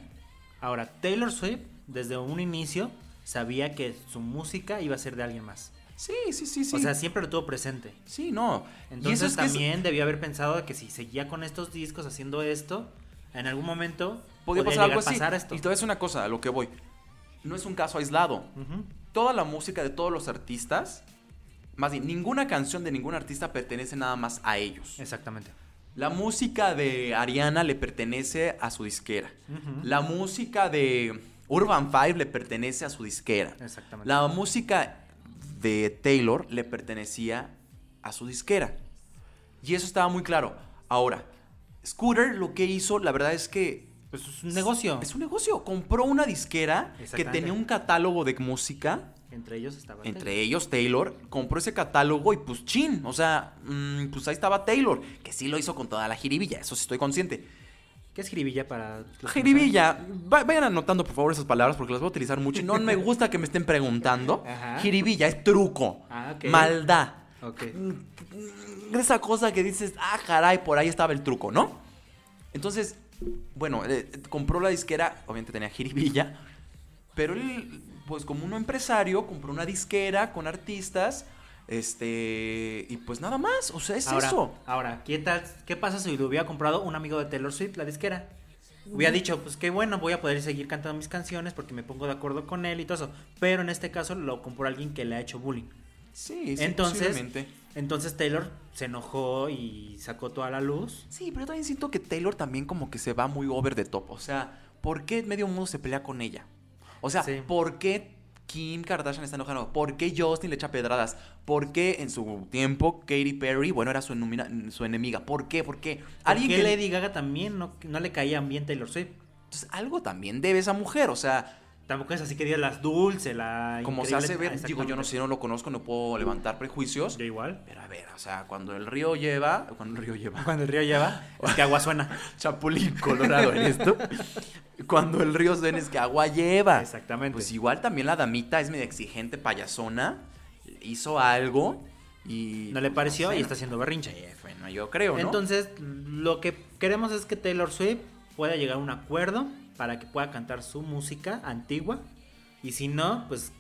S4: Ahora, Taylor Swift, desde un inicio, sabía que su música iba a ser de alguien más.
S3: Sí, sí, sí, sí.
S4: O sea, siempre lo tuvo presente.
S3: sí, no. Y
S4: Entonces
S3: eso es que es-
S4: también debió haber pensado que si seguía con estos discos haciendo esto, en algún momento
S3: podía
S4: podía
S3: pasar algo
S4: llegar a
S3: así.
S4: pasar esto.
S3: Y te voy a decir una cosa, a lo que voy. No es un caso aislado.
S4: Ujú.
S3: Toda la música de todos los artistas Más bien, ninguna canción de ningún artista pertenece nada más a ellos.
S4: Exactamente.
S3: La música de Ariana le pertenece a su disquera. La música de Urban Five le pertenece a su disquera.
S4: Exactamente.
S3: La música de Taylor le pertenecía a su disquera. Y eso estaba muy claro. Ahora, Scooter lo que hizo, la verdad es que
S4: Pues es un negocio.
S3: es un negocio. Compró una disquera que
S4: Exactamente.
S3: tenía un catálogo de música
S4: Entre ellos estaba.
S3: entre ellos Taylor, compró ese catálogo y pues chin, o sea, mm, pues ahí estaba Taylor, que sí lo hizo con toda la jiribilla, eso sí estoy consciente.
S4: ¿Qué es jiribilla para. los que no
S3: Jiribilla, va- vayan anotando por favor esas palabras porque las voy a utilizar mucho y no me gusta que me estén preguntando.
S4: Ajá.
S3: Jiribilla es truco,
S4: Ah, ok.
S3: maldad,
S4: saben? Ok.
S3: Mm, esa cosa que dices, ah, caray, por ahí estaba el truco, ¿no? Entonces, bueno, eh, eh, compró la disquera, obviamente tenía jiribilla, pero él, pues como un empresario, compró una disquera con artistas, este, y pues nada más, o sea, es
S4: ahora,
S3: eso.
S4: Ahora, ¿qué, tal- ¿qué pasa si lo hubiera comprado un amigo de Taylor Swift, la disquera? Hubiera dicho, pues qué bueno, voy a poder seguir cantando mis canciones porque me pongo de acuerdo con él y todo eso. Pero en este caso lo compró alguien que le ha hecho bullying.
S3: Sí, sí,
S4: entonces,
S3: posiblemente.
S4: entonces Taylor se enojó y sacó toda la luz.
S3: Sí, pero también siento que Taylor también como que se va muy over the top. O sea, ¿por qué medio mundo se pelea con ella? O sea,
S4: Sí.
S3: ¿por qué Kim Kardashian está enojada? ¿Por qué Justin le echa pedradas? ¿Por qué en su tiempo Katy Perry, bueno, era su, enumina- su enemiga? ¿Por qué? ¿Por qué?
S4: Alguien que
S3: que-
S4: Lady Gaga también no, no le caía bien Taylor Swift.
S3: Entonces, algo también debe esa mujer. O sea,
S4: Tampoco es así que diga las dulce, la.
S3: como se
S4: increíble-
S3: hace ver, digo, yo no
S4: Exactamente.
S3: sé, no lo conozco, no puedo levantar prejuicios.
S4: Yo igual.
S3: Pero a ver, o sea, cuando el río lleva, cuando el río lleva,
S4: Cuando el río lleva, es que agua suena.
S3: Chapulín Colorado en esto. Cuando el río suena es que agua lleva.
S4: Exactamente.
S3: Pues igual también la damita es medio exigente, payasona. Hizo algo y.
S4: No le pareció
S3: sé,
S4: y
S3: ¿no?
S4: está haciendo berrinche.
S3: Eh, Bueno, yo creo, ¿no?
S4: Entonces, lo que queremos es que Taylor Swift pueda llegar a un acuerdo para que pueda cantar su música antigua. Y si no, pues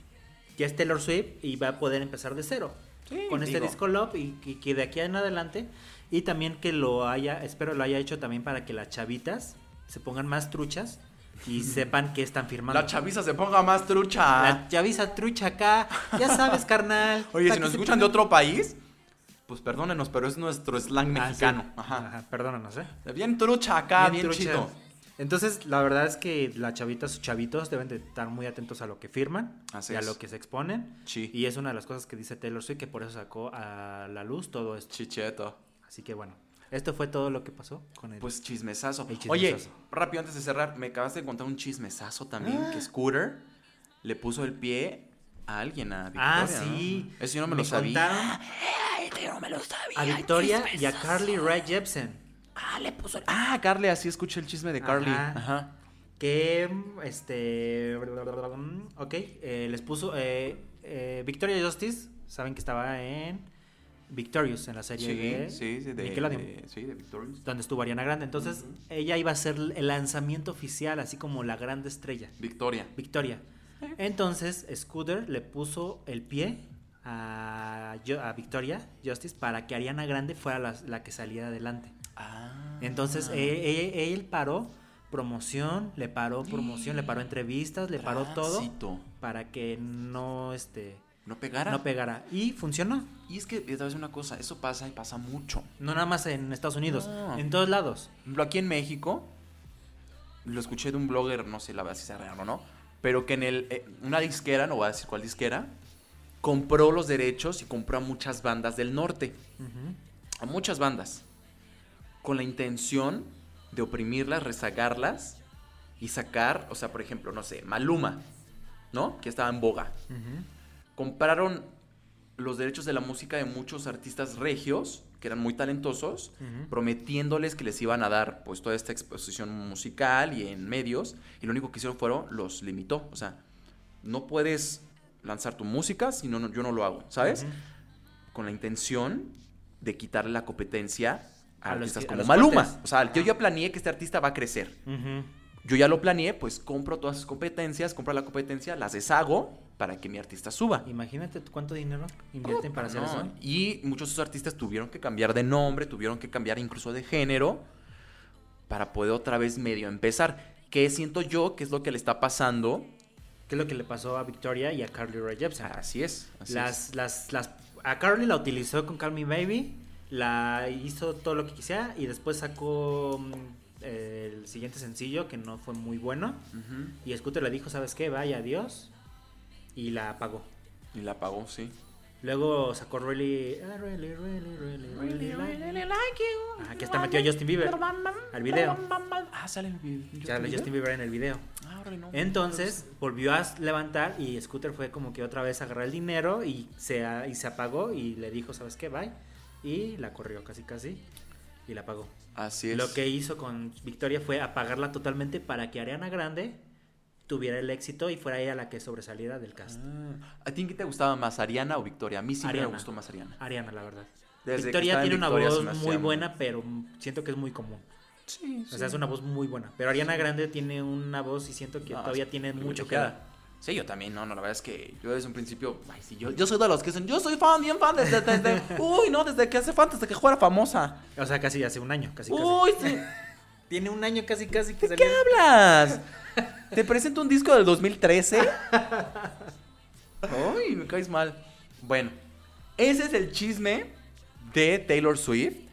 S4: ya es Taylor Swift y va a poder empezar de cero.
S3: Sí,
S4: con este
S3: digo.
S4: disco Love y, y que de aquí en adelante. Y también que lo haya, espero lo haya hecho también para que las chavitas se pongan más truchas y sepan que están firmando.
S3: La chaviza se ponga más trucha.
S4: La chaviza trucha acá. Ya sabes, carnal.
S3: Oye,
S4: Para
S3: si
S4: que
S3: nos
S4: se
S3: escuchan de
S4: pongan-
S3: otro país, pues perdónenos, pero es nuestro slang
S4: Ah, sí.
S3: mexicano. Ajá.
S4: Ajá, Perdónanos, eh.
S3: Bien trucha acá, bien,
S4: Bien trucha.
S3: chido.
S4: Entonces, la verdad es que las chavitas o chavitos deben de estar muy atentos a lo que firman
S3: Así
S4: y a
S3: es.
S4: lo que se exponen.
S3: Sí.
S4: Y es una de las cosas que dice Taylor Swift, que por eso sacó a la luz todo esto.
S3: Chicheto.
S4: Así que bueno, esto fue todo lo que pasó con el...
S3: Pues chismesazo.
S4: El chismesazo.
S3: Oye, rápido antes de cerrar, me acabaste de contar un chismesazo también
S4: Ah.
S3: que Scooter le puso el pie a alguien, a Victoria.
S4: ah, sí.
S3: ¿no? Eso yo no me, lo sabía.
S4: contaron a Victoria y a Carly Rae Jepsen.
S3: Ah, le puso el... Ah, Carly, así escuché el chisme de Carly.
S4: Ajá.
S3: Ajá.
S4: Que, este. Ok, eh, les puso. eh, eh, Victoria Justice, saben que estaba en Victorious, en la serie
S3: Sí,
S4: de
S3: sí, sí, de,
S4: Nickelodeon,
S3: de- sí, de Victorious.
S4: donde estuvo Ariana Grande. Entonces, ella iba a ser el lanzamiento oficial, así como la grande estrella,
S3: Victoria.
S4: Victoria. Entonces, Scooter le puso el pie a, Yo- a Victoria Justice para que Ariana Grande fuera la- la que saliera adelante.
S3: Ah.
S4: Entonces, eh, eh, él, paró promoción, le paró promoción, le paró entrevistas, le paró todo
S3: Tránsito.
S4: para que no este
S3: No pegara.
S4: no pegara y funcionó.
S3: y es que, te voy a decir una cosa, eso pasa y pasa mucho.
S4: No nada más en Estados Unidos,
S3: No.
S4: en todos lados.
S3: Por ejemplo, aquí en México, lo escuché de un blogger, no sé la verdad si sea real o no, pero que en el, eh, una disquera, no voy a decir cuál disquera, compró los derechos y compró a muchas bandas del norte. A muchas bandas. Con la intención de oprimirlas, rezagarlas y sacar, o sea, por ejemplo, no sé, Maluma, ¿no? Que estaba en boga. Compraron los derechos de la música de muchos artistas regios que eran muy talentosos, prometiéndoles que les iban a dar pues toda esta exposición musical y en medios, y lo único que hicieron fueron los limitó, o sea, no puedes lanzar tu música si no, no- yo no lo hago, ¿sabes? Con la intención de quitarle la competencia a,
S4: A los
S3: artistas
S4: que- a
S3: como
S4: los Ah.
S3: Maluma,
S4: fuertes.
S3: o sea, yo ya planeé que este artista va a crecer. Yo ya lo planeé, pues compro todas sus competencias, compro la competencia, las deshago para que mi artista suba.
S4: Imagínate tú cuánto dinero invierten para hacer
S3: No,
S4: eso.
S3: Y muchos de esos artistas tuvieron que cambiar de nombre, tuvieron que cambiar incluso de género para poder otra vez medio empezar. ¿Qué siento yo que es lo que le está pasando?
S4: ¿Qué es lo que le pasó a Victoria y a Carly Rae Jepsen?
S3: Ah, Así es. así
S4: las, las, las a Carly la utilizó con Call Me Baby, la hizo todo lo que quisiera y después sacó mm, el siguiente sencillo que no fue muy bueno. Y Scooter le dijo, ¿sabes qué? Vaya, adiós. Y la apagó.
S3: Y la apagó, sí.
S4: Luego sacó Really, I really, really, really, really, like you. Aquí está metió a Justin Bieber al video.
S3: Ah, sale el video.
S4: Sale Justin Bieber en el video.
S3: Ah, órale, no.
S4: Entonces volvió a levantar y Scooter fue como que otra vez a agarrar el dinero y se, a- y se apagó y le dijo, ¿sabes qué? Bye. Y la corrió casi casi y la apagó.
S3: Así es.
S4: Lo que hizo con Victoria fue apagarla totalmente para que Ariana Grande tuviera el éxito y fuera ella la que sobresaliera del cast.
S3: Ah, ¿A ti qué te gustaba más, Ariana o Victoria? A mí siempre me
S4: Ariana.
S3: gustó más Ariana.
S4: Ariana, la verdad.
S3: Desde que
S4: Victoria
S3: estaba en
S4: tiene una
S3: Victoria se me
S4: voz
S3: hacía
S4: muy
S3: muy-
S4: buena, pero mm, siento que es muy común.
S3: Sí,
S4: O sea, es una voz muy buena. Pero Ariana Grande tiene una voz y siento que
S3: No,
S4: todavía
S3: es
S4: tiene mucho que
S3: privilegiada.
S4: dar.
S3: Sí, yo también, no, no, la verdad es que yo desde un principio, ay, sí, yo, yo soy de los que dicen, yo soy fan, bien fan, desde, desde- uy, no, desde que hace fan, desde que fuera famosa.
S4: O sea, casi hace un año, casi casi.
S3: uy, sí,
S4: Tiene un año casi casi que
S3: ¿de qué
S4: salió.
S3: hablas? ¿Te presento un disco del 2013? Ay, me caes mal. Bueno, ese es el chisme de Taylor Swift,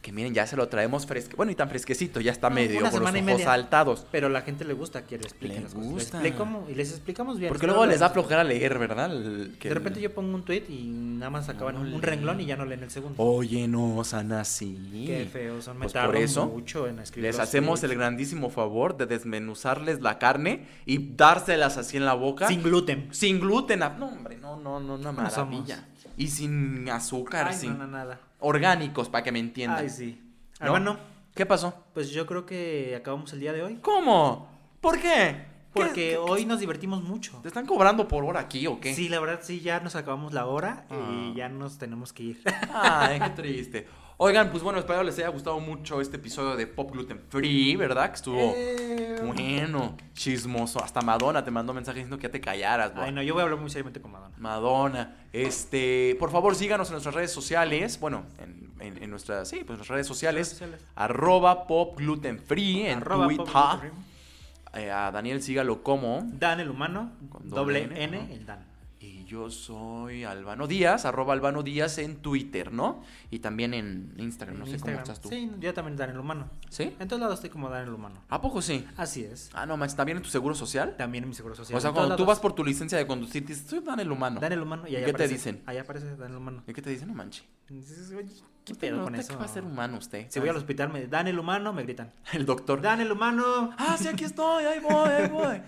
S3: que miren, ya se lo traemos fresco, bueno, y tan fresquecito, ya está medio
S4: Una
S3: con los
S4: semana y
S3: ojos
S4: media.
S3: saltados.
S4: Pero la gente le gusta que le expliquen
S3: Le
S4: las cosas.
S3: gusta.
S4: Le explico- y les explicamos bien.
S3: Porque luego les da
S4: da
S3: flojera leer, ¿verdad? El- que
S4: De repente
S3: el-
S4: yo pongo un tweet y nada más acaban un, un renglón y ya no leen el segundo.
S3: Oye, no, Sana, así.
S4: Qué feo, son
S3: Oh,
S4: me
S3: Pues
S4: tardo
S3: por eso
S4: mucho en escribir.
S3: Les
S4: los
S3: hacemos
S4: tweets.
S3: el grandísimo favor de desmenuzarles la carne y dárselas así en la boca.
S4: sin gluten.
S3: Sin gluten. ah, No, hombre, no, no, no, una
S4: No somos.
S3: maravilla. Y sin azúcar,
S4: Ay,
S3: sin
S4: no, no, nada.
S3: orgánicos, para que me entiendan.
S4: Ay, sí.
S3: ¿No?
S4: Ah, Bueno,
S3: ¿Qué pasó?
S4: pues yo creo que acabamos el día de hoy.
S3: ¿Cómo? ¿Por qué? ¿Qué-
S4: Porque
S3: qué-
S4: hoy nos divertimos mucho.
S3: ¿Te están cobrando por hora aquí o qué?
S4: Sí, la verdad, sí, ya nos acabamos la hora
S3: Ah.
S4: y ya nos tenemos que ir.
S3: Ay, qué triste. Oigan, pues bueno, espero les haya gustado mucho este episodio de Pop Gluten Free, ¿verdad? Que
S4: Eh,
S3: estuvo bueno, chismoso. Hasta Madonna te mandó mensaje diciendo que ya te callaras, güey.
S4: Ay, no, yo voy a hablar muy seriamente con Madonna.
S3: Madonna. Este, por favor, síganos en nuestras redes sociales. Bueno, en, en- en nuestras, sí, pues nuestras redes sociales.
S4: Redes sociales.
S3: Arroba Pop Gluten Free en
S4: Arroba
S3: Twitter.
S4: Pablo Torremo.
S3: Eh, a Daniel sígalo como.
S4: Dan el humano,
S3: Con doble N,
S4: doble N,
S3: ¿no?
S4: el Dan.
S3: Y yo soy Albano Díaz, arroba Albano Díaz en Twitter, ¿no? Y también en Instagram, no
S4: En
S3: sé
S4: Instagram.
S3: cómo estás tú.
S4: Sí, yo también Dan el humano.
S3: ¿Sí?
S4: En todos lados estoy como Dan el humano.
S3: ¿A poco sí?
S4: Así es.
S3: Ah, no, más, ¿también en tu seguro social?
S4: También en mi seguro social.
S3: o sea,
S4: En todos
S3: cuando tú vas
S4: lados.
S3: por tu licencia de conducir, te dices, soy Dan el humano.
S4: Dan el humano y
S3: ¿Y
S4: ahí
S3: qué te
S4: aparece-
S3: dicen?
S4: Ahí aparece Dan el humano.
S3: ¿Y qué te dicen? No manches.
S4: Dices, "Oye, ¿Qué
S3: Usted Pues,
S4: pedo
S3: no,
S4: con
S3: usted
S4: eso? Ah,
S3: que va a ser Ah, humano usted?
S4: Si voy al hospital, me dan el humano, me gritan.
S3: El doctor.
S4: Dan el humano.
S3: Ah, sí, aquí estoy, ahí voy, ahí voy.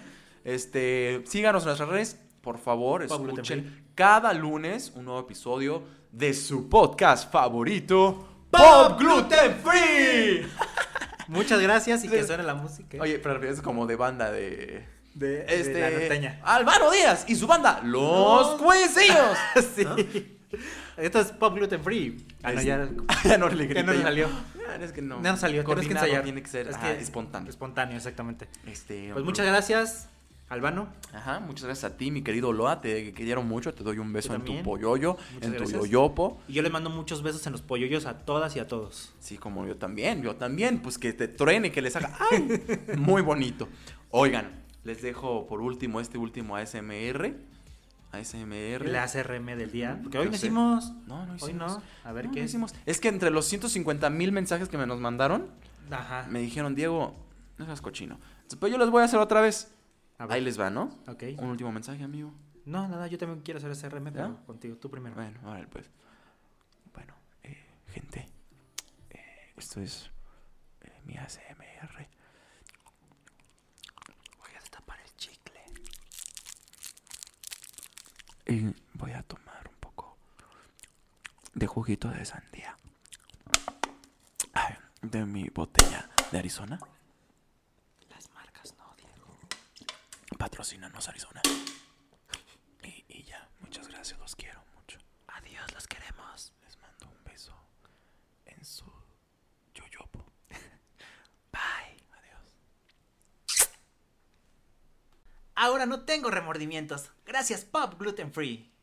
S3: Este, síganos en nuestras redes, por favor,
S4: Pop Gluten
S3: escuchen cada lunes un nuevo episodio de su podcast favorito,
S4: Pop
S3: Pop Gluten Free.
S4: Muchas gracias y que suene la música.
S3: Oye, pero es como de banda de
S4: de, de
S3: este
S4: la norteña.
S3: Álvaro Díaz y su banda Los
S4: Los
S3: Cuecillos.
S4: sí. Esto es pop gluten free. Ah, no,
S3: Es-
S4: ya.
S3: ya no le grité
S4: Ya no
S3: yo.
S4: salió.
S3: Ah, Es que no.
S4: No, salió. tenemos que
S3: Coordinado
S4: ensayar.
S3: tiene que ser
S4: Es
S3: ah, espontáneo.
S4: Espontáneo, exactamente.
S3: Este,
S4: Pues muchas gracias, Albano.
S3: Ajá, muchas gracias a ti, mi querido Loa. Te quiero mucho. Te doy un beso
S4: Yo
S3: en tu
S4: también.
S3: polloyo,
S4: Muchas
S3: en tu
S4: gracias.
S3: yoyopo.
S4: Y yo le mando muchos besos en los polloyos a todas y a todos.
S3: Sí, como yo también, yo también. Pues que te truene, que les haga. ¡Ay! Muy bonito. Oigan, les dejo por último este último ASMR. ASMR.
S4: La ACRM del día. Porque hoy
S3: Mm, Yo
S4: no
S3: sé.
S4: hicimos.
S3: No, no hicimos.
S4: Hoy no. A ver
S3: No,
S4: qué
S3: no hicimos. Es que entre los 150 mil mensajes que me nos mandaron,
S4: Ajá.
S3: me dijeron, Diego, no seas cochino. Entonces, pues yo los voy a hacer otra vez.
S4: A ver.
S3: Ahí les va, ¿no?
S4: Ok.
S3: Un último mensaje, amigo.
S4: No, nada, yo también quiero hacer ACRM, pero
S3: ¿Ya?
S4: contigo, tú primero.
S3: Bueno, vale, pues. Bueno, eh, gente, eh, esto es eh, mi ASMR. Voy a destapar el chicle. Y voy a tomar un poco de juguito de sandía. Ay, de mi botella de Arizona. Las marcas no, Diego. Patrocínanos, Arizona. Y, y ya, muchas gracias, los quiero mucho. Adiós, los queremos. Les mando un beso en su yoyopo. Bye. Adiós.
S4: Ahora no tengo remordimientos. Gracias, Pop Gluten Free.